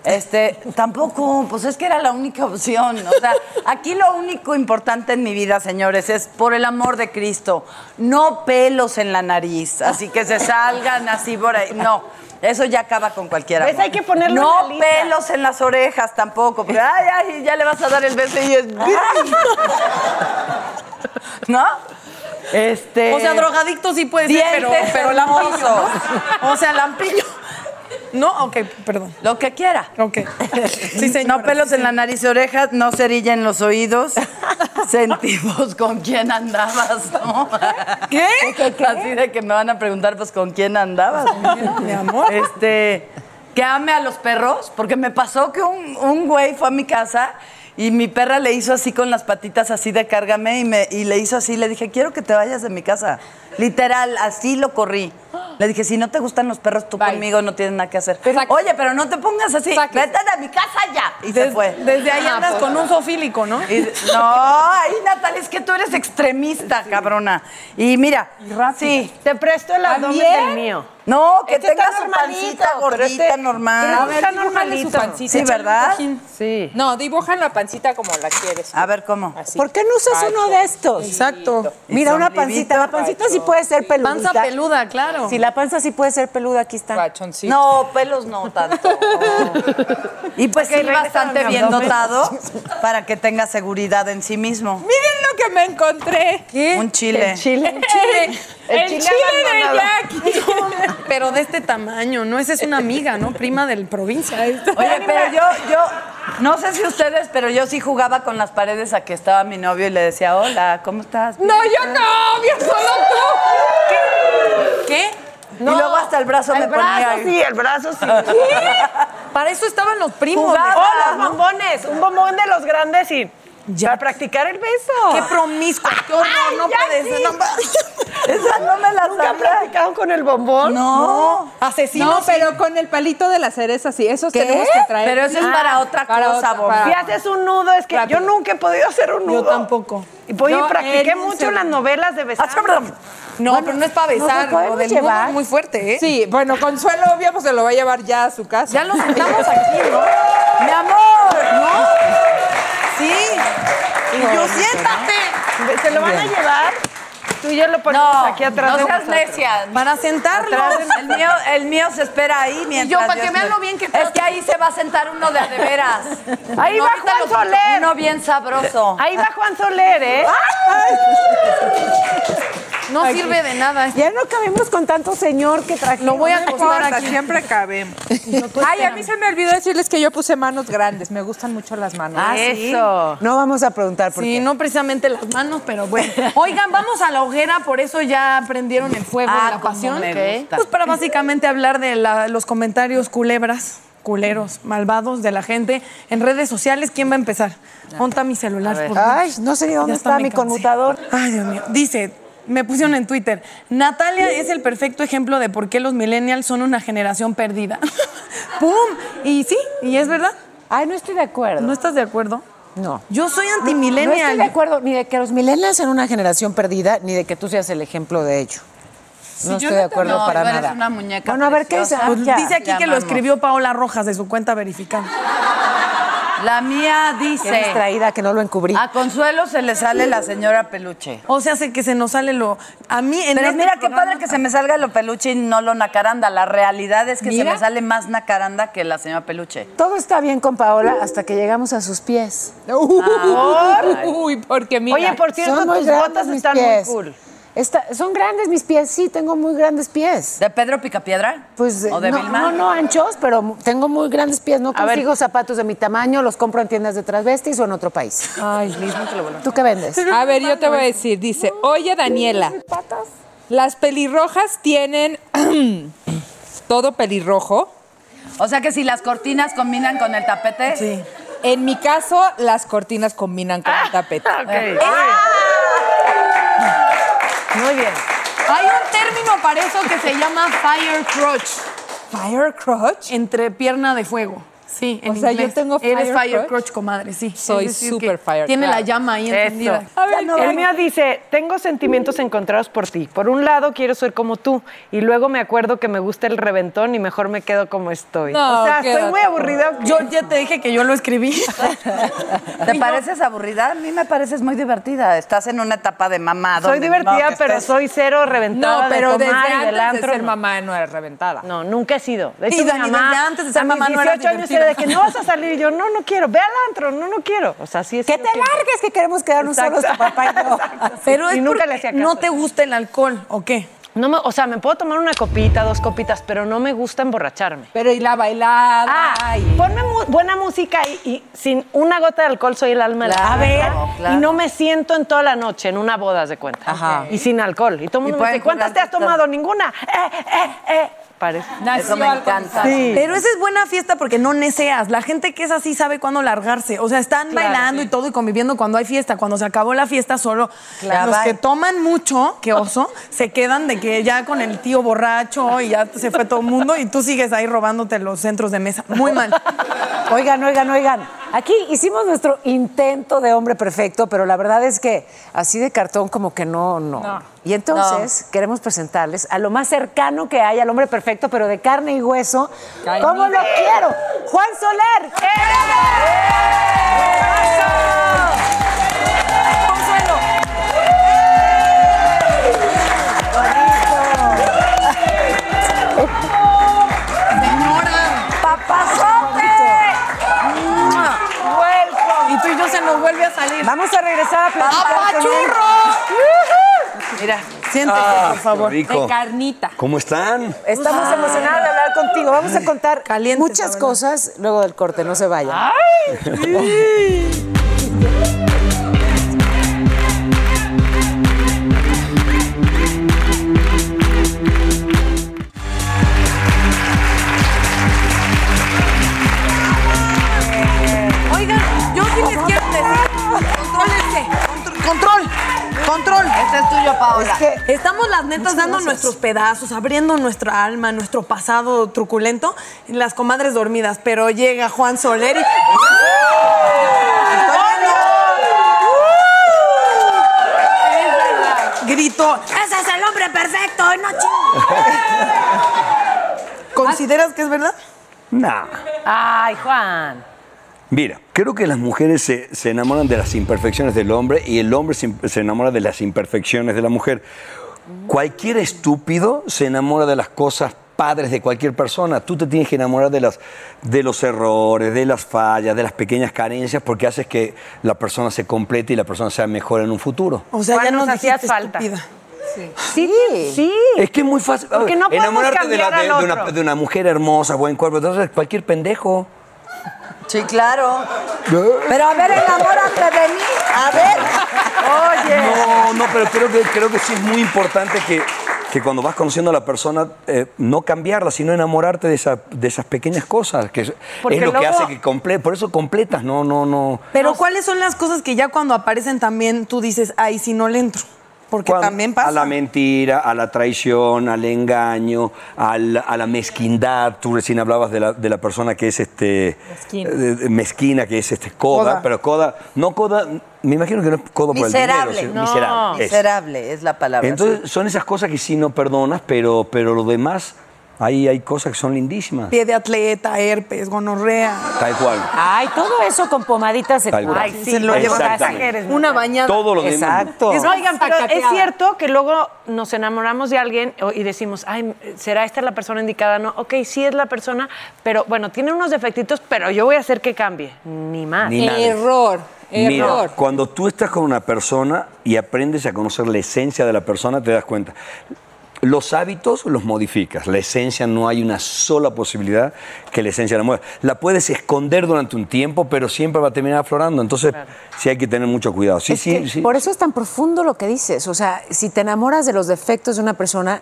Speaker 3: Este, tampoco, pues es que era la única opción. O sea, aquí lo único importante en mi vida, señores, es por el amor de Cristo, no pelos en la nariz, así que se salgan así por ahí. No, eso ya acaba con cualquiera.
Speaker 7: ¿Ves? Pues Hay que ponerlo
Speaker 3: No
Speaker 7: en la lista.
Speaker 3: pelos en las pues, orejas tampoco. porque, ay, ay, ya le vas a dar el beso y es. ¿No?
Speaker 7: Este.
Speaker 5: O sea, drogadicto sí puede ser, pero,
Speaker 3: Dientes
Speaker 5: pero lampiño. ¿no? O sea, lampiño.
Speaker 3: No, ok, perdón. Lo que quiera.
Speaker 5: Ok.
Speaker 3: No pelos en la nariz y orejas, no cerilla en los oídos. Sentimos con quién andabas, ¿no? ¿Qué?
Speaker 5: ¿Eh?
Speaker 3: Así de que me van a preguntar, pues, ¿con quién andabas? Mi amor. Este, que ame a los perros, porque me pasó que un, un güey fue a mi casa y mi perra le hizo así con las patitas, así de cárgame, y, me, y le hizo así. Le dije, quiero que te vayas de mi casa. Literal, así lo corrí. Le dije, si no te gustan los perros, tú conmigo no tienes nada que hacer. Oye, pero no te pongas así. Vete de mi casa ya. Y se fue. Ah, pues.
Speaker 5: Desde ahí andas con un sofílico, ¿no?
Speaker 3: Y- no, ahí Natalia, es que tú eres extremista, cabrona. Y mira, sí.
Speaker 7: Te presto el abdomen
Speaker 3: ¿También?
Speaker 7: del mío.
Speaker 3: ¿Ah, No, que
Speaker 7: Este
Speaker 3: tenga
Speaker 7: está
Speaker 3: su
Speaker 7: normalito,
Speaker 3: pancita
Speaker 7: pero
Speaker 3: gordita,
Speaker 7: este-
Speaker 3: normal.
Speaker 7: pero está normalito.
Speaker 3: Sí, ¿verdad?
Speaker 7: Sí.
Speaker 6: No, dibujan la pancita como la quieres.
Speaker 3: A ver, ¿cómo?
Speaker 6: ¿Por
Speaker 7: qué no usas uno de estos?
Speaker 6: Exacto.
Speaker 4: Mira, una pancita. La pancita sí puede ser peluda.
Speaker 7: Panza peluda, claro.
Speaker 4: Sí, la panza sí puede ser peluda. Aquí está.
Speaker 3: No, pelos no tanto. y pues
Speaker 4: Ok,
Speaker 3: sí, bastante
Speaker 4: regresa mi
Speaker 3: bien
Speaker 4: abdomen.
Speaker 3: dotado para que tenga seguridad en sí mismo.
Speaker 6: Miren lo que me encontré.
Speaker 3: Un chile.
Speaker 6: El chile.
Speaker 5: El chile.
Speaker 6: El chile
Speaker 3: abandonado.
Speaker 5: de Jackie. pero de este tamaño, ¿no? Esa es una amiga, ¿no? Prima del provincia.
Speaker 3: Oye, pero yo, yo, no sé si ustedes, pero yo sí jugaba con las paredes a que estaba mi novio y le decía, hola, ¿cómo estás?
Speaker 6: No, yo no, bien solo
Speaker 5: tú.
Speaker 3: ¿Qué? y luego hasta el brazo me ponía. ahí.
Speaker 7: sí, el brazo sí.
Speaker 5: Para eso estaban los primos.
Speaker 7: Jugaba.
Speaker 5: ¿no?
Speaker 7: Oh, los bombones. Un bombón de los grandes y. Para practicar el beso.
Speaker 5: Qué promiscuo, qué horror, no puede ser, no
Speaker 3: Esa no me la
Speaker 7: ¿Nunca han practicado con el bombón?
Speaker 6: No.
Speaker 3: Uh,
Speaker 7: Asesino.
Speaker 6: No, pero con el palito de la cereza, sí. Esos
Speaker 7: ¿Qué?
Speaker 6: tenemos que traer.
Speaker 7: Pero
Speaker 5: Ah,
Speaker 7: eso es para otra cosa, bombón. Si haces un nudo, es que yo nunca he podido hacer un nudo.
Speaker 6: Yo tampoco.
Speaker 7: Y voy
Speaker 6: Yo
Speaker 7: y practiqué
Speaker 6: en un
Speaker 7: mucho
Speaker 6: segundo.
Speaker 7: las novelas de
Speaker 3: Ah,
Speaker 7: besar.
Speaker 5: No, pero no es para besar. Lo del nudo es muy fuerte, ¿eh?
Speaker 6: Sí, bueno, Consuelo,
Speaker 5: pues
Speaker 6: obviamente se lo va a llevar ya a su casa. Ya
Speaker 5: lo sentamos aquí, ¿no?
Speaker 3: Mi amor,
Speaker 5: ¿no?
Speaker 3: Sí.
Speaker 7: Y
Speaker 5: yo,
Speaker 7: siéntate. ¿Se lo van a
Speaker 3: Bien.
Speaker 7: llevar? Tú ya lo ponemos pues aquí atrás
Speaker 3: no
Speaker 7: de
Speaker 3: seas
Speaker 7: nosotros.
Speaker 3: necia.
Speaker 5: Para sentarlo.
Speaker 3: El mío, el mío se espera ahí mientras.
Speaker 5: yo, para
Speaker 3: Dios
Speaker 5: que vean
Speaker 3: me-
Speaker 5: lo bien que
Speaker 3: Es que ahí se va a sentar uno de a de veras.
Speaker 7: Ahí
Speaker 3: No,
Speaker 7: va
Speaker 3: ahorita
Speaker 7: Juan
Speaker 3: los-
Speaker 7: Soler.
Speaker 3: Uno bien sabroso.
Speaker 7: Ahí va Juan Soler, ¿eh?
Speaker 5: No sirve de nada.
Speaker 4: Ya no cabemos con tanto señor que traje.
Speaker 5: Lo voy a acostar
Speaker 6: importa,
Speaker 5: aquí.
Speaker 6: siempre cabemos. Ay, a mí se me olvidó decirles que yo puse manos grandes. Me gustan mucho las manos.
Speaker 5: Ah, ¿sí? Eso.
Speaker 4: No vamos a preguntar por
Speaker 5: Sí,
Speaker 4: qué.
Speaker 5: no precisamente las manos, pero bueno. Oigan, vamos a la hoguera, por eso ya prendieron el fuego,
Speaker 3: Ah,
Speaker 5: de la
Speaker 3: cómo
Speaker 5: pasión.
Speaker 3: me
Speaker 5: Ok.
Speaker 3: gusta.
Speaker 5: Pues para básicamente hablar de la- los comentarios culebras, culeros, malvados de la gente en redes sociales. ¿Quién va a empezar? Ponta mi celular. por favor.
Speaker 4: Ay, no sé ni dónde
Speaker 5: pues, Ya
Speaker 4: está
Speaker 5: me
Speaker 4: mi
Speaker 5: cansé.
Speaker 4: conmutador.
Speaker 5: Ay, Dios mío. Dice, me pusieron en Twitter, Natalia es el perfecto ejemplo de por qué los millennials son una generación perdida. ¡Pum! Y sí, y es verdad.
Speaker 4: Ay, no estoy de acuerdo.
Speaker 5: ¿No estás de acuerdo?
Speaker 4: No.
Speaker 5: Yo soy
Speaker 4: No estoy
Speaker 5: antimillennial.
Speaker 4: de acuerdo ni de que los millennials sean una generación perdida, ni de que tú seas el ejemplo de ello. no
Speaker 3: yo
Speaker 4: estoy de
Speaker 3: no te-
Speaker 4: acuerdo
Speaker 3: no,
Speaker 4: para
Speaker 3: tú eres
Speaker 4: nada.
Speaker 3: una muñeca
Speaker 4: Bueno, a ver qué dice.
Speaker 3: preciosa.
Speaker 4: Ah, ya.
Speaker 5: Dice aquí
Speaker 3: Ya,
Speaker 5: que lo
Speaker 3: vamos.
Speaker 5: escribió Paola Rojas de su cuenta verificada.
Speaker 3: La mía
Speaker 4: Qué
Speaker 3: dice.
Speaker 4: distraída que no lo encubrí.
Speaker 3: A Consuelo se le sale la señora peluche.
Speaker 5: O sea, hace que se nos sale lo. A mí en
Speaker 3: Pero
Speaker 5: este
Speaker 3: mira qué
Speaker 5: programa-
Speaker 3: padre que se me salga lo peluche y no lo nacaranda. La realidad es que se
Speaker 4: Mira.
Speaker 3: me sale más nacaranda que la señora peluche.
Speaker 4: Todo está bien con Paola hasta que llegamos a sus pies.
Speaker 6: Uy, porque mira.
Speaker 7: Oye, por cierto,
Speaker 4: Son muy
Speaker 7: tus
Speaker 4: grandes
Speaker 7: botas
Speaker 4: mis
Speaker 7: están
Speaker 4: pies.
Speaker 7: muy cool.
Speaker 4: Está- son grandes mis pies, sí, tengo muy grandes pies.
Speaker 3: ¿De Pedro Picapiedra?
Speaker 4: Pues eh,
Speaker 3: ¿O de
Speaker 4: no,
Speaker 3: Vilma?
Speaker 4: no, no anchos, pero mu- tengo muy grandes pies. No
Speaker 7: A ver.
Speaker 4: consigo zapatos de mi tamaño, los compro en tiendas de transvestis o en otro país.
Speaker 5: Ay, mismo te lo vuelvo.
Speaker 4: ¿Tú qué vendes?
Speaker 6: A ver, yo te voy a decir, dice, oye Daniela, las pelirrojas tienen todo pelirrojo.
Speaker 3: O sea que si las cortinas combinan con el tapete. Sí.
Speaker 6: En mi caso, las cortinas combinan con
Speaker 3: Ah.
Speaker 6: el tapete.
Speaker 7: Eh, ah,
Speaker 3: Muy bien.
Speaker 5: Hay un término para eso que se llama fire crotch.
Speaker 6: Fire crotch.
Speaker 5: Entre pierna de fuego. Sí, en
Speaker 6: O sea, yo
Speaker 5: inglés.
Speaker 6: tengo fire
Speaker 5: Eres fire
Speaker 6: crotch.
Speaker 5: crotch, comadre, sí.
Speaker 6: Soy
Speaker 5: Es decir,
Speaker 6: super
Speaker 5: que
Speaker 6: fire
Speaker 5: Tiene
Speaker 6: crotch.
Speaker 5: la llama ahí
Speaker 7: Eso.
Speaker 5: encendida.
Speaker 6: A ver, ¿qué?
Speaker 7: el mío dice, tengo sentimientos encontrados por ti. Por un lado, quiero ser como tú. Y luego me acuerdo que me gusta el reventón y mejor me quedo como estoy.
Speaker 6: No,
Speaker 7: o sea,
Speaker 6: qué
Speaker 7: estoy muy
Speaker 6: horror.
Speaker 7: aburrida.
Speaker 5: Yo ya te dije que yo lo escribí.
Speaker 3: ¿Te pareces aburrida? A mí me pareces muy divertida. Estás en una etapa de mamá.
Speaker 7: Soy
Speaker 3: donde no,
Speaker 7: divertida,
Speaker 3: que
Speaker 7: pero
Speaker 3: estés-
Speaker 7: soy cero reventada
Speaker 6: No, pero
Speaker 7: de
Speaker 6: desde
Speaker 7: tomar y del
Speaker 6: antes de
Speaker 7: antro,
Speaker 6: ser
Speaker 7: no.
Speaker 6: mamá no eres reventada.
Speaker 7: No, nunca he sido. De
Speaker 5: Y
Speaker 7: hecho, mi
Speaker 5: Dani,
Speaker 7: mamá,
Speaker 5: desde antes de ser
Speaker 7: a mis
Speaker 5: mamá no eras
Speaker 7: 18 años
Speaker 5: divertida.
Speaker 7: de que no vas a salir. Y yo, no, no quiero. Ve al antro, no, no quiero. O sea, sí es.
Speaker 4: Que te largues, que queremos quedarnos
Speaker 7: Exacto.
Speaker 4: solos tu papá y yo.
Speaker 7: Pero
Speaker 4: Y
Speaker 7: es
Speaker 4: nunca
Speaker 7: nunca
Speaker 4: le hacía
Speaker 7: no
Speaker 4: caso.
Speaker 7: te gusta el alcohol, ¿o qué? No me, o sea, me puedo tomar una copita, dos copitas, pero no me gusta emborracharme.
Speaker 6: Pero y la bailada.
Speaker 7: Ah, ponme mu- buena música y, y sin una gota de alcohol soy el alma de la
Speaker 6: Claro,
Speaker 7: fiesta.
Speaker 6: claro.
Speaker 7: Y no me siento en toda la noche, en una boda haz de cuenta. Y sin alcohol. Y todo el mundo me
Speaker 4: pueden
Speaker 7: dice, ¿cuántas te has tomado? Ninguna. Eh, eh, eh. Parece.
Speaker 4: Eso me encanta.
Speaker 7: Sí.
Speaker 5: Pero esa es buena fiesta porque no neceas. La gente que es así sabe cuándo largarse. O sea, están
Speaker 7: Claro,
Speaker 5: bailando y todo y conviviendo cuando hay fiesta. Cuando se acabó la fiesta, solo
Speaker 7: Claro.
Speaker 5: los que toman mucho, que oso, se quedan de que ya con el tío borracho y ya se fue todo el mundo y tú sigues ahí robándote los centros de mesa. Muy mal.
Speaker 4: Oigan, oigan, oigan. Aquí hicimos nuestro intento de hombre perfecto, pero la verdad es que así de cartón como que no, no.
Speaker 6: No.
Speaker 4: Y entonces queremos presentarles a lo más cercano que hay al hombre perfecto, pero de carne y hueso.
Speaker 6: Ay,
Speaker 4: ¿Cómo
Speaker 6: mira.
Speaker 4: lo quiero? Juan Soler.
Speaker 5: Welcome. Y tú y yo se nos vuelve a salir.
Speaker 4: Vamos a regresar a platicar con él.
Speaker 5: Mira, siéntese,
Speaker 15: Ah,
Speaker 5: por favor.
Speaker 15: qué rico.
Speaker 5: De carnita.
Speaker 15: ¿Cómo están?
Speaker 4: Estamos
Speaker 5: Ay.
Speaker 4: emocionados de hablar contigo. Vamos a contar muchas cosas luego del corte, no se vayan.
Speaker 5: Oigan, yo sí les quiero decir. Contrólense. contr- Control. Control. Este es tuyo,
Speaker 3: Paola.
Speaker 5: Es que estamos las netas dando nuestros pedazos, abriendo nuestra alma, nuestro pasado truculento, las comadres dormidas. Pero llega Juan Soler y. Grito, ese es el hombre perfecto, no chingues". ¿Consideras que es verdad?
Speaker 15: Nah.
Speaker 7: Ay, Juan.
Speaker 15: Mira, creo que las mujeres se, se enamoran de las imperfecciones del hombre y el hombre se, se enamora de las imperfecciones de la mujer. Cualquier estúpido se enamora de las cosas padres de cualquier persona. Tú te tienes que enamorar de, las, de los errores, de las fallas, de las pequeñas carencias, porque haces que la persona se complete y la persona sea mejor en un futuro.
Speaker 5: O sea, ya nos hacías falta.
Speaker 7: Sí, sí.
Speaker 15: Es que es muy fácil.
Speaker 7: Porque no podemos
Speaker 15: Enamorarte de, la-
Speaker 7: cambiar
Speaker 15: de-
Speaker 7: al
Speaker 15: de una,
Speaker 7: otro.
Speaker 15: de una mujer hermosa, buen cuerpo, entonces cualquier pendejo.
Speaker 16: Sí, claro. Pero a ver, enamórate de mí. A ver. Oye.
Speaker 15: No, no, pero creo que, creo que sí es muy importante que, que cuando vas conociendo a la persona, eh, no cambiarla, sino enamorarte de, esa- de esas pequeñas cosas, que es,
Speaker 5: Porque
Speaker 15: es lo que
Speaker 5: luego-
Speaker 15: hace que comple por eso completas, no, no, no.
Speaker 5: Pero ¿cuáles son las cosas que ya cuando aparecen también tú dices, ay, si no le entro? Porque también pasa.
Speaker 15: A la mentira, a la traición, al engaño, al- a la mezquindad. Tú recién hablabas de la, de la persona que es este
Speaker 5: Mezquina.
Speaker 15: eh, de- mezquina, que es este coda,
Speaker 16: Coda.
Speaker 15: pero coda, no coda, me imagino que no es codo por el dinero,
Speaker 16: Miserable.
Speaker 15: sino miserable. eso.
Speaker 16: Miserable es la palabra.
Speaker 15: Entonces son esas cosas que sí no perdonas, pero, pero lo demás, ahí hay cosas que son lindísimas.
Speaker 5: Pie de atleta, herpes, gonorrea.
Speaker 15: Tal cual.
Speaker 4: Ay, todo eso con pomaditas se
Speaker 15: Tal cual.
Speaker 4: cura.
Speaker 15: Ay, sí, Se lo llevas a Exactamente.
Speaker 5: Una bañada.
Speaker 15: Todo lo demás.
Speaker 7: Exacto.
Speaker 15: Es-
Speaker 7: oigan, pero es
Speaker 5: Sacateada.
Speaker 7: cierto que luego nos enamoramos de alguien o- y decimos, ay, ¿será esta la persona indicada? No, ok, sí es la persona, pero bueno, tiene unos defectitos, pero yo voy a hacer que cambie. Ni más.
Speaker 15: Ni madre.
Speaker 7: Error,
Speaker 15: Mira, cuando tú estás con una persona y aprendes a conocer la esencia de la persona, te das cuenta. Los hábitos los modificas, la esencia no hay una sola posibilidad que la esencia la mueva. La puedes esconder durante un tiempo, pero siempre va a terminar aflorando, entonces sí hay que tener mucho cuidado. Sí,
Speaker 4: Es
Speaker 15: sí,
Speaker 4: que
Speaker 15: sí.
Speaker 4: Por eso es tan profundo lo que dices. O sea, si te enamoras de los defectos de una persona,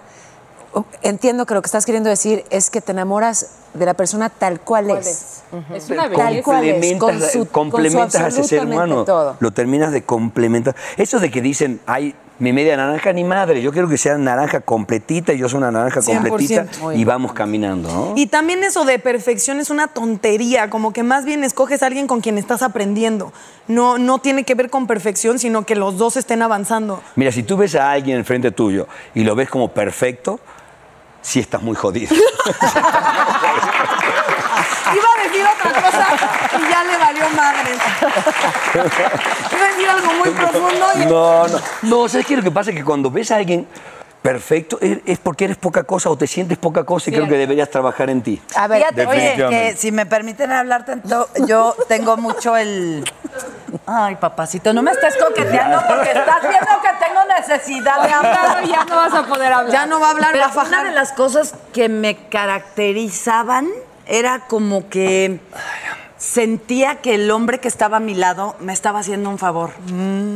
Speaker 4: o- entiendo que lo que estás queriendo decir es que te enamoras de la persona tal cual
Speaker 6: ¿Cuál
Speaker 4: es.
Speaker 6: es?
Speaker 4: Ujú.
Speaker 6: Es una
Speaker 4: Tal
Speaker 6: belleza.
Speaker 4: cual es, con
Speaker 15: complementas,
Speaker 4: su- con su
Speaker 15: complementas a ese ser
Speaker 4: absolutamente
Speaker 15: humano.
Speaker 4: todo.
Speaker 15: Lo terminas de complementar. Eso de que dicen, ay, mi media naranja ni madre, yo quiero que sea naranja completita y yo soy una naranja
Speaker 5: 100%.
Speaker 15: completita
Speaker 5: Muy
Speaker 15: y
Speaker 5: bien.
Speaker 15: vamos caminando, ¿no?
Speaker 5: Y también eso de perfección es una tontería, como que más bien escoges a alguien con quien estás aprendiendo. No, no tiene que ver con perfección, sino que los dos estén avanzando.
Speaker 15: Mira, si tú ves a alguien enfrente tuyo y lo ves como perfecto, sí estás muy jodido.
Speaker 5: Iba a decir otra cosa y ya le valió madre. Iba a decir algo muy profundo y
Speaker 15: No, no. No, ¿sabes qué? Lo que pasa es que cuando ves a alguien perfecto, es, es porque eres poca cosa o te sientes poca cosa y creo que deberías trabajar en ti.
Speaker 3: A ver, fíjate, oye, que
Speaker 15: Definitivamente.
Speaker 3: si me permiten hablar tanto, yo tengo mucho el... Ay, papacito, no me estés coqueteando porque estás viendo que tengo necesidad de hablar.
Speaker 16: Ya no vas a poder hablar.
Speaker 3: Ya no va a hablar
Speaker 16: Pero
Speaker 3: Rafa. Una de las cosas que me caracterizaban era como que sentía que el hombre que estaba a mi lado me estaba haciendo un favor.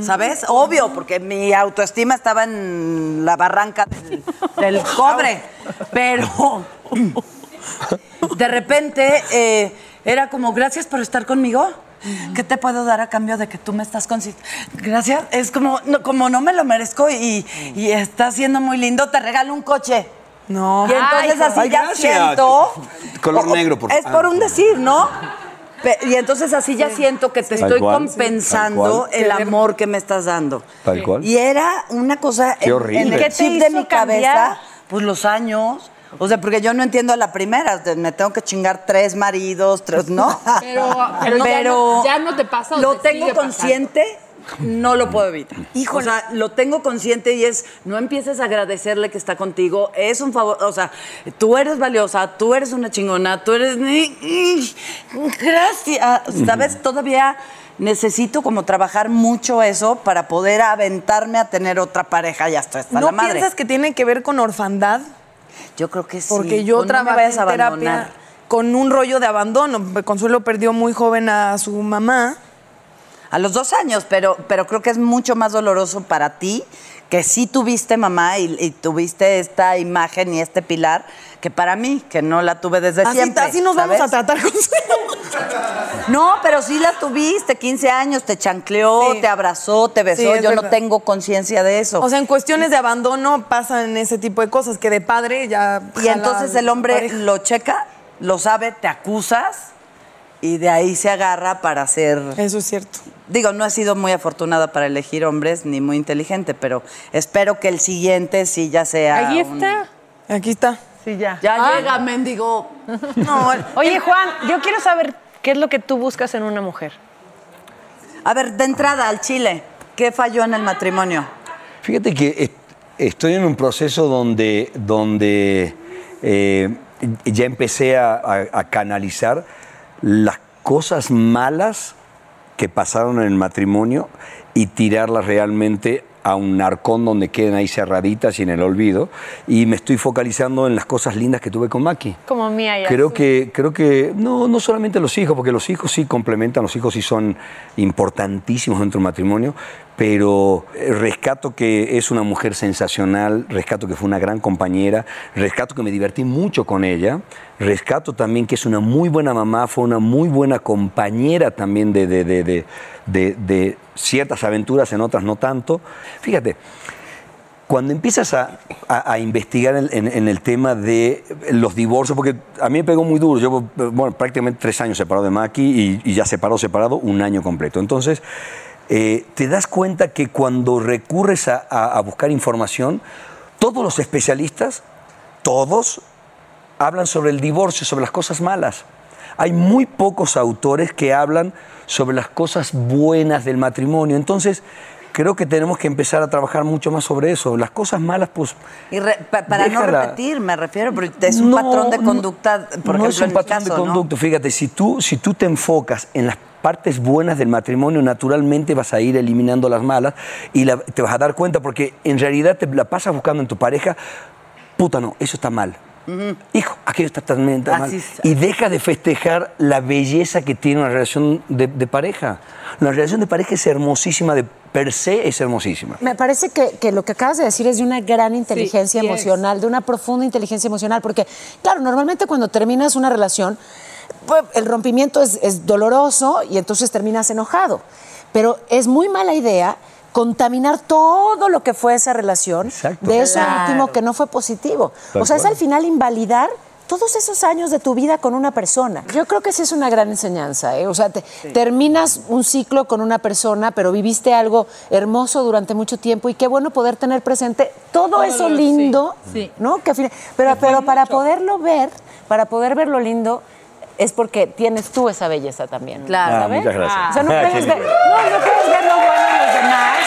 Speaker 3: ¿Sabes? Obvio, porque mi autoestima estaba en la barranca del, del cobre. Pero de repente eh, era como, gracias por estar conmigo. ¿Qué te puedo dar a cambio de que tú me estás con Gracias. Es como no, como no me lo merezco y, y está siendo muy lindo, te regalo un coche. No. Y entonces
Speaker 15: Ay,
Speaker 3: así
Speaker 15: ay,
Speaker 3: ya
Speaker 15: gracias.
Speaker 3: siento.
Speaker 15: Color
Speaker 3: o- o-
Speaker 15: negro, por
Speaker 3: Es
Speaker 15: favor.
Speaker 3: por un decir, ¿no? Pe- Y entonces así ya siento que te
Speaker 15: Tal
Speaker 3: estoy
Speaker 15: cual. Tal
Speaker 3: compensando
Speaker 15: cual.
Speaker 3: el amor que me estás dando.
Speaker 15: Tal Sí. cual.
Speaker 3: Y era una cosa
Speaker 15: Qué
Speaker 3: en-
Speaker 15: horrible.
Speaker 3: en
Speaker 15: ¿Qué
Speaker 3: el
Speaker 15: te
Speaker 3: chip de
Speaker 15: hizo
Speaker 3: mi
Speaker 15: cambiar?
Speaker 3: cabeza, pues los años. O sea, porque yo no entiendo a la primera, te- me tengo que chingar tres maridos, tres, ¿no?
Speaker 6: Pero, pero, ya, no, ya no te pasa. o
Speaker 3: lo
Speaker 6: te
Speaker 3: tengo
Speaker 6: sigue pasando.
Speaker 3: consciente, no lo puedo evitar. Híjole. O sea, lo tengo consciente y es, no empieces a agradecerle que está contigo, es un favor, o sea, tú eres valiosa, tú eres una chingona, tú eres... Gracias. ¿Sabes? Todavía necesito como trabajar mucho eso para poder aventarme a tener otra pareja y hasta, hasta la
Speaker 5: ¿No
Speaker 3: madre.
Speaker 5: piensas que tiene que ver con orfandad?
Speaker 3: Yo creo que sí.
Speaker 5: Porque yo
Speaker 3: o no me
Speaker 5: trabajé
Speaker 3: vayas a
Speaker 5: en terapia
Speaker 3: abandonar.
Speaker 5: con un rollo de abandono. Consuelo perdió muy joven a su mamá.
Speaker 3: A los dos años, pero, pero creo que es mucho más doloroso para ti que sí tuviste mamá y, y tuviste esta imagen y este pilar que para mí, que no la tuve desde
Speaker 5: Así-
Speaker 3: siempre.
Speaker 5: así nos vamos a
Speaker 3: tratar con No, pero sí la tuviste, 15 años, te chancleó, te abrazó, te
Speaker 5: Sí,
Speaker 3: besó.
Speaker 5: es
Speaker 3: Yo no
Speaker 5: verdad.
Speaker 3: tengo conciencia de eso.
Speaker 5: O sea, en cuestiones de abandono pasan ese tipo de cosas que de padre ya.
Speaker 3: y entonces el hombre lo checa, lo sabe, te acusas y de ahí se agarra para hacer.
Speaker 5: Eso es cierto.
Speaker 3: Digo, no he sido muy afortunada para elegir hombres ni muy inteligente, pero espero que el siguiente sí ya sea.
Speaker 5: Ahí
Speaker 3: un-
Speaker 5: está. Aquí está. Sí, ya.
Speaker 3: Ya
Speaker 5: Ah.
Speaker 3: llega, mendigo.
Speaker 7: No, Oye, Juan, yo quiero saber qué es lo que tú buscas en una mujer.
Speaker 3: A ver, de entrada al Chile, ¿qué falló en el matrimonio?
Speaker 15: Fíjate que est- estoy en un proceso donde, donde eh, ya empecé a, a- a canalizar las cosas malas que pasaron en el matrimonio y tirarlas realmente a un arcón donde queden ahí cerraditas y en el olvido. Y me estoy focalizando en las cosas lindas que tuve con Maki.
Speaker 7: Como mía y
Speaker 15: Creo
Speaker 7: Azul.
Speaker 15: que, creo que no, no solamente los hijos, porque los hijos sí complementan, los hijos sí son importantísimos dentro del matrimonio, pero eh, rescato que es una mujer sensacional, rescato que fue una gran compañera, rescato que me divertí mucho con ella, rescato también que es una muy buena mamá, fue una muy buena compañera también de, de- de- de- de- de ciertas aventuras, en otras no tanto. Fíjate, cuando empiezas a, a- a investigar en, en- en el tema de los divorcios, porque a mí me pegó muy duro, yo, bueno, prácticamente tres años separado de Maki y, y ya separado, separado, un año completo. Entonces, eh, te das cuenta que cuando recurres a- a- a buscar información, todos los especialistas, todos hablan sobre el divorcio, sobre las cosas malas. Hay muy pocos autores que hablan sobre las cosas buenas del matrimonio. Entonces, creo que tenemos que empezar a trabajar mucho más sobre eso. Las cosas malas, pues...
Speaker 3: Y re- pa- para no
Speaker 15: Déjala.
Speaker 3: repetir, me refiero, porque es un
Speaker 15: No,
Speaker 3: patrón de
Speaker 15: no,
Speaker 3: conducta, por ejemplo,
Speaker 15: no es un
Speaker 3: en mi
Speaker 15: patrón de
Speaker 3: caso, ¿no?
Speaker 15: conducta. Fíjate, si tú, si tú te enfocas en las partes buenas del matrimonio, naturalmente vas a ir eliminando las malas y la- te vas a dar cuenta porque en realidad te la pasas buscando en tu pareja, puta no, eso está mal. Hijo, aquello está también está mal.
Speaker 3: Así es.
Speaker 15: Y deja de festejar la belleza que tiene una relación de, de pareja. La relación de pareja es hermosísima, de per se es hermosísima.
Speaker 4: Me parece que, que lo que acabas de decir es de una gran inteligencia
Speaker 15: sí es.
Speaker 4: emocional, de una profunda inteligencia emocional, porque, claro, normalmente cuando terminas una relación, pues, el rompimiento es, es doloroso y entonces terminas enojado. Pero es muy mala idea contaminar todo lo que fue esa relación de eso
Speaker 3: Claro.
Speaker 4: último que no fue positivo.
Speaker 3: Tal
Speaker 4: o sea, es
Speaker 3: cual.
Speaker 4: al final invalidar todos esos años de tu vida con una persona. Yo creo que sí es una gran enseñanza. ¿eh? O sea, te- terminas un ciclo con una persona, pero viviste algo hermoso durante mucho tiempo y qué bueno poder tener presente todo,
Speaker 2: Todo
Speaker 4: eso
Speaker 2: lo-
Speaker 4: lindo, ¿no? Que al final- pero pero para poderlo ver, para poder ver lo lindo, es porque tienes tú esa belleza también.
Speaker 3: Claro.
Speaker 15: Ah,
Speaker 4: ¿sabes?
Speaker 3: muchas gracias.
Speaker 4: O sea, no
Speaker 3: Ah, qué
Speaker 4: puedes ver,
Speaker 3: lindo.
Speaker 4: no, no puedes ver lo bueno en los demás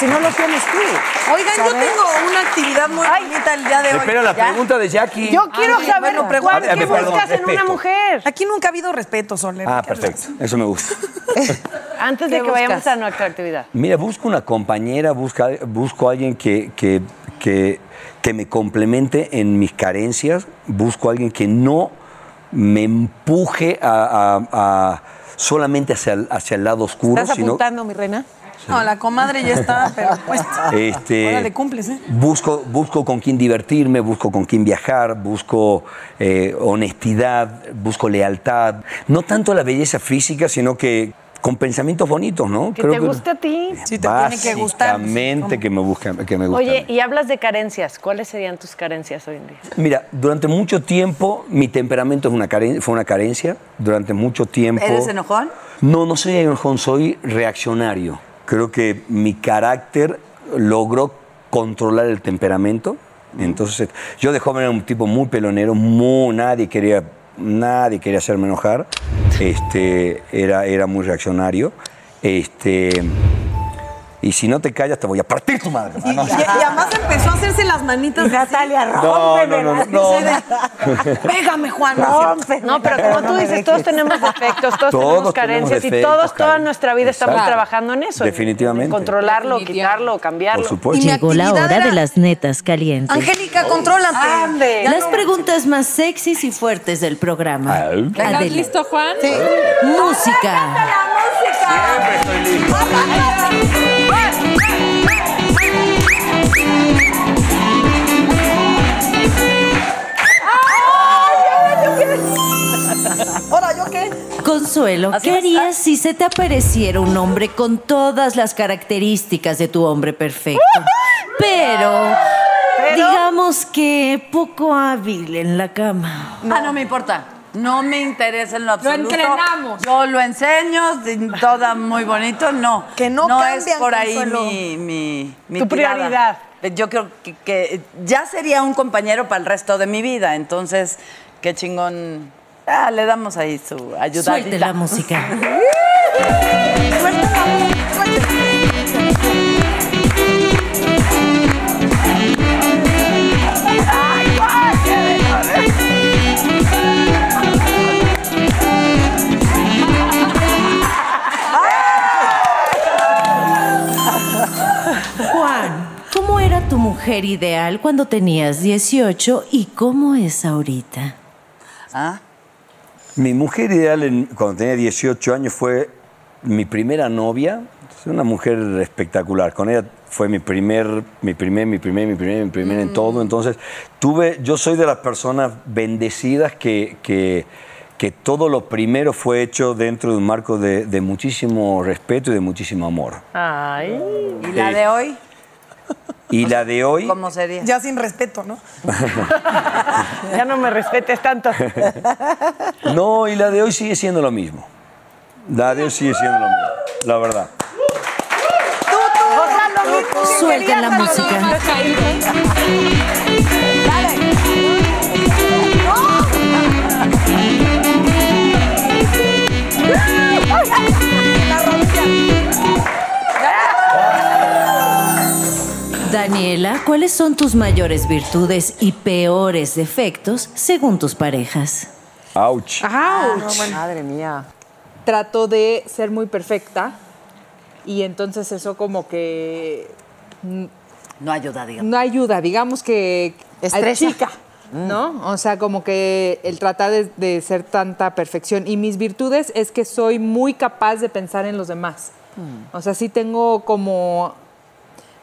Speaker 4: si no lo tienes tú.
Speaker 5: Oigan, yo tengo una actividad muy bonita el día de hoy.
Speaker 15: Espera la
Speaker 5: ¿Ya?
Speaker 15: pregunta de Jackie.
Speaker 5: Yo quiero saber
Speaker 15: bueno,
Speaker 5: cuál-
Speaker 15: pregunta.
Speaker 5: qué
Speaker 15: Ah, perdón,
Speaker 5: buscas en una
Speaker 15: respeto.
Speaker 5: mujer. Aquí nunca ha habido respeto, Soler.
Speaker 15: Ah, perfecto. Eso me gusta.
Speaker 7: Antes de
Speaker 5: ¿Qué
Speaker 7: que vayamos
Speaker 5: buscas?
Speaker 7: a nuestra actividad.
Speaker 15: Mira, busco una compañera, busca, busco a alguien que, que, que, que me complemente en mis carencias, busco a alguien que no me empuje a, a- a- solamente hacia, el- hacia el lado oscuro,
Speaker 6: ¿Estás
Speaker 15: sino
Speaker 6: apuntando, mi reina?
Speaker 5: No, la comadre ya está, pero puesta.
Speaker 15: Este-
Speaker 5: Ahora le cumples, ¿eh?
Speaker 15: busco, busco con quién divertirme, busco con quién viajar, busco eh, honestidad, busco lealtad. No tanto la belleza física, sino que con pensamientos bonitos, ¿no?
Speaker 7: Que te guste a ti.
Speaker 15: Básicamente que me busca, que me gusta.
Speaker 7: Oye, y hablas de carencias. ¿Cuáles serían tus carencias hoy en día?
Speaker 15: Mira, durante mucho tiempo mi temperamento es una caren- fue una carencia. Durante mucho tiempo.
Speaker 16: ¿Eres enojón?
Speaker 15: No, no soy enojón, soy reaccionario. Creo que mi carácter logró controlar el temperamento. Entonces, yo de joven era un tipo muy pelonero, muy, nadie quería, nadie quería hacerme enojar. Este, era, era muy reaccionario. Este, y si no te callas, te voy a partir tu madre. Ah, no.
Speaker 5: Y, y además empezó a hacerse las manitas. Natalia,
Speaker 15: No, no, no, no, no.
Speaker 5: Pégame, Juan.
Speaker 7: No, pero como tú dices, todos tenemos defectos, todos,
Speaker 15: Ah, Todos
Speaker 7: tenemos
Speaker 15: tenemos
Speaker 7: carencias y
Speaker 15: defectos,
Speaker 7: todos, toda
Speaker 15: Karen.
Speaker 7: nuestra vida estamos
Speaker 15: Exacto.
Speaker 7: trabajando en eso. en- en
Speaker 15: Definitivamente.
Speaker 7: controlarlo, quitarlo, cambiarlo.
Speaker 2: Pues Llegó la hora de las netas calientes.
Speaker 7: Angélica, contrólate. Ande,
Speaker 2: Las
Speaker 7: no.
Speaker 2: preguntas más sexys y fuertes del programa.
Speaker 15: Ah.
Speaker 6: ¿Estás
Speaker 2: Adela.
Speaker 6: listo, Juan? Sí.
Speaker 2: Música.
Speaker 4: Ah,
Speaker 5: Ahora, ¿yo qué?
Speaker 2: Consuelo, ¿qué harías si se te apareciera un hombre con todas las características de tu hombre perfecto? Pero, digamos que poco hábil en la cama.
Speaker 11: Ah, no me importa. No me interesa en lo absoluto.
Speaker 2: entrenamos.
Speaker 11: Yo lo enseño, de- todo muy bonito. No. Que
Speaker 5: no
Speaker 11: es
Speaker 5: cambian,
Speaker 11: por ahí
Speaker 5: Consuelo.
Speaker 11: mi, mi, mi
Speaker 5: Tu
Speaker 11: tirada.
Speaker 5: prioridad.
Speaker 11: Yo creo que, que ya sería un compañero para el resto de mi vida. Entonces, qué chingón. Ah, le damos ahí su ayuda.
Speaker 2: Suelte la música. Juan, ¿cómo era tu mujer ideal cuando tenías 18 y cómo es ahorita?
Speaker 15: Mi mujer ideal en- cuando tenía 18 años fue mi primera novia. Es una mujer espectacular. Con ella fue mi primer, mi primer, mi primer, mi primer, mi primer en todo. Entonces, tuve, yo soy de las personas bendecidas que, que, que todo lo primero fue hecho dentro de un marco de, de muchísimo respeto y de muchísimo amor.
Speaker 7: Ay.
Speaker 11: ¿Y la de hoy?
Speaker 15: Y la de hoy...
Speaker 11: ¿Cómo sería?
Speaker 5: Ya sin respeto, ¿no?
Speaker 7: Ya no me respetes tanto.
Speaker 15: No, y la de hoy sigue siendo lo mismo. La de hoy sigue siendo lo mismo, la verdad.
Speaker 2: Suelten la música. Daniela, ¿cuáles son tus mayores virtudes y peores defectos según tus parejas?
Speaker 15: Ouch.
Speaker 5: Ah,
Speaker 6: Madre mía. Trato de ser muy perfecta y entonces eso como que mm,
Speaker 11: No ayuda, digamos.
Speaker 6: no ayuda, digamos que
Speaker 11: Estresa.
Speaker 6: chica,
Speaker 4: Mm.
Speaker 6: ¿no? O sea, como que el tratar de, de ser tanta perfección y mis virtudes es que soy muy capaz de pensar en los demás.
Speaker 4: Mm.
Speaker 6: O sea, sí tengo como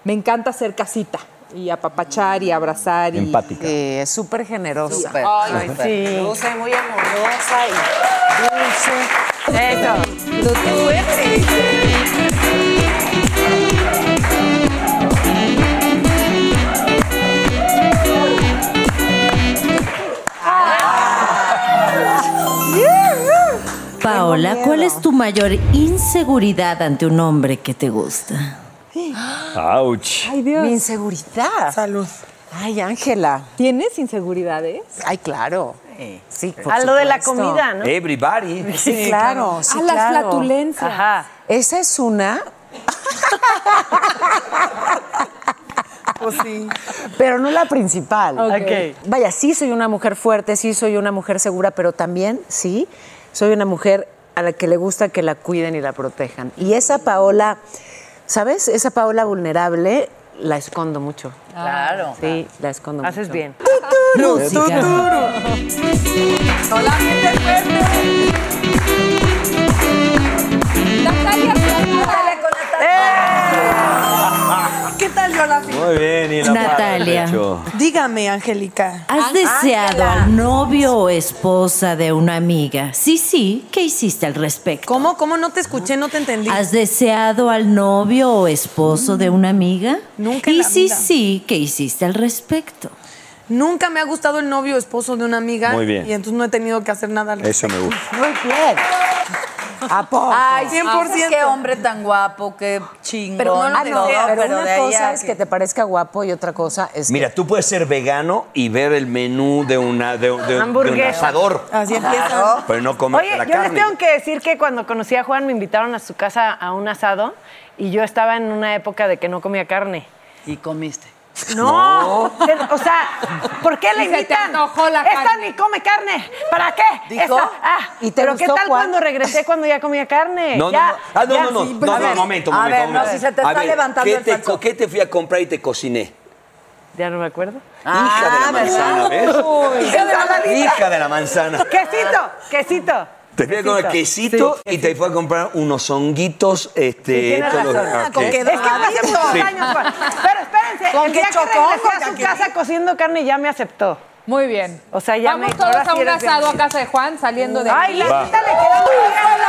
Speaker 6: me encanta ser casita y apapachar y abrazar y
Speaker 15: Empática.
Speaker 4: es súper generosa.
Speaker 6: Ay, sí.
Speaker 4: Dulce, muy amorosa y dulce.
Speaker 6: Lo tuve.
Speaker 2: Paola, ¿cuál es tu mayor inseguridad ante un hombre que te gusta?
Speaker 15: Ouch.
Speaker 6: Ay, Dios.
Speaker 4: Mi inseguridad.
Speaker 5: Salud.
Speaker 4: Ay, Ángela.
Speaker 6: ¿Tienes inseguridades?
Speaker 4: Ay, claro. Sí, por
Speaker 7: A lo de la
Speaker 4: supuesto.
Speaker 7: comida, ¿no?
Speaker 15: Everybody.
Speaker 1: Ah,
Speaker 4: Sí, claro. Sí,
Speaker 6: A las
Speaker 4: claro.
Speaker 6: flatulencias.
Speaker 4: Esa es una.
Speaker 5: Pues
Speaker 4: Pero no la principal.
Speaker 7: Ok.
Speaker 4: Vaya, sí soy una mujer fuerte, sí soy una mujer segura, pero también, sí, soy una mujer a la que le gusta que la cuiden y la protejan. Y esa Paola, ¿sabes? Esa Paola vulnerable la escondo mucho.
Speaker 7: Claro.
Speaker 4: Sí, la escondo
Speaker 7: Haces
Speaker 4: mucho.
Speaker 7: bien.
Speaker 4: Música.
Speaker 3: Solamente Natalia Ándale con Natalia.
Speaker 5: ¿Qué tal yo la fui?
Speaker 15: Muy bien, y la parte
Speaker 2: Natalia.
Speaker 15: de hecho.
Speaker 5: Dígame, Angélica.
Speaker 2: ¿Has deseado al novio o esposa de una amiga? Sí, sí, ¿qué hiciste al respecto?
Speaker 5: ¿Cómo? ¿Cómo no te escuché? No te entendí.
Speaker 2: ¿Has deseado al novio o esposo de una amiga? Nunca.
Speaker 5: en
Speaker 2: Y
Speaker 5: la
Speaker 2: sí,
Speaker 5: vida.
Speaker 2: sí, ¿qué hiciste al respecto?
Speaker 5: Nunca me ha gustado el novio o esposo de una amiga.
Speaker 15: Muy bien.
Speaker 5: Y entonces no he tenido que hacer nada. al
Speaker 15: Eso me gusta.
Speaker 5: Muy bien.
Speaker 4: ¿A poco?
Speaker 5: Ay,
Speaker 3: 100%.
Speaker 5: 100%.
Speaker 3: Qué hombre tan guapo, qué chingón.
Speaker 5: Pero no lo
Speaker 3: y
Speaker 5: sé,
Speaker 3: todo,
Speaker 4: Ah, Pero,
Speaker 3: pero de
Speaker 4: una
Speaker 3: ahí
Speaker 4: cosa
Speaker 3: a
Speaker 4: es
Speaker 3: que-
Speaker 4: que te parezca guapo y otra cosa es
Speaker 15: Mira, tú puedes ser vegano y ver el menú de, una, de, de- de un
Speaker 7: Hamburguesa.
Speaker 15: asador.
Speaker 7: Así empieza.
Speaker 15: Pero no comerte
Speaker 7: Oye,
Speaker 15: la
Speaker 7: yo les
Speaker 15: carne.
Speaker 7: tengo que decir que cuando conocí a Juan me invitaron a su casa a un asado y yo estaba en una época de que no comía carne.
Speaker 16: Y comiste.
Speaker 7: No, o sea, ¿por qué le
Speaker 16: Y se te
Speaker 7: invitan?
Speaker 16: antojó la
Speaker 7: Esta
Speaker 16: carne.
Speaker 7: ni come carne. ¿Para qué?
Speaker 16: ¿Dijo?
Speaker 7: Esta- ah,
Speaker 16: ¿Y te
Speaker 7: pero
Speaker 16: gustó,
Speaker 7: ¿qué tal
Speaker 16: Juan?
Speaker 7: cuando regresé cuando ya comía carne?
Speaker 15: No, no,
Speaker 7: Ya,
Speaker 15: no. Ah, no,
Speaker 7: ya.
Speaker 15: no, no, no, no, momento, momento.
Speaker 7: a ver,
Speaker 15: momento.
Speaker 7: no, si se te
Speaker 15: A
Speaker 7: está
Speaker 15: ver,
Speaker 7: levantando
Speaker 15: ¿qué
Speaker 7: el
Speaker 15: te
Speaker 7: falso.
Speaker 15: co- ¿Qué te fui a comprar y te cociné?
Speaker 7: Ya no me acuerdo.
Speaker 15: Hija
Speaker 3: Ah,
Speaker 15: de la manzana, ¿ves?
Speaker 7: Hija de la manzana.
Speaker 15: Hija de la manzana.
Speaker 7: Quesito, quesito.
Speaker 15: Te fui a comprar quesito y te fui a comprar unos honguitos. Este,
Speaker 7: Tienes
Speaker 15: estos los-
Speaker 7: razón.
Speaker 15: ah, ok.
Speaker 7: Es que fue hace muchos
Speaker 15: Sí.
Speaker 7: años, Juan. Pero espérense,
Speaker 6: ¿Con
Speaker 7: el
Speaker 6: qué
Speaker 7: día que
Speaker 6: chocó,
Speaker 7: regresé a su
Speaker 6: Joaquín?
Speaker 7: casa cociendo carne ya me aceptó.
Speaker 6: Muy bien.
Speaker 7: O sea, ya
Speaker 6: Vamos
Speaker 7: me
Speaker 6: todos
Speaker 7: ahora
Speaker 6: a
Speaker 7: sí
Speaker 6: un
Speaker 7: eres bien
Speaker 6: asado a
Speaker 7: chida.
Speaker 6: casa de Juan saliendo de
Speaker 7: Ay,
Speaker 6: aquí.
Speaker 7: la
Speaker 6: Va.
Speaker 7: neta le queda muy bien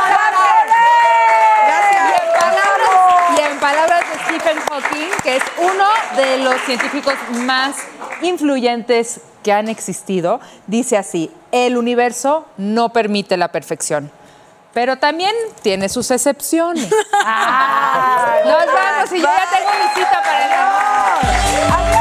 Speaker 6: Y
Speaker 7: la carne.
Speaker 6: en palabras de Stephen Hawking, que es uno de los científicos más influyentes que han existido, dice así, el universo no permite la perfección. Pero también tiene sus excepciones. Nos vamos y yo ya tengo mi cita para el amor.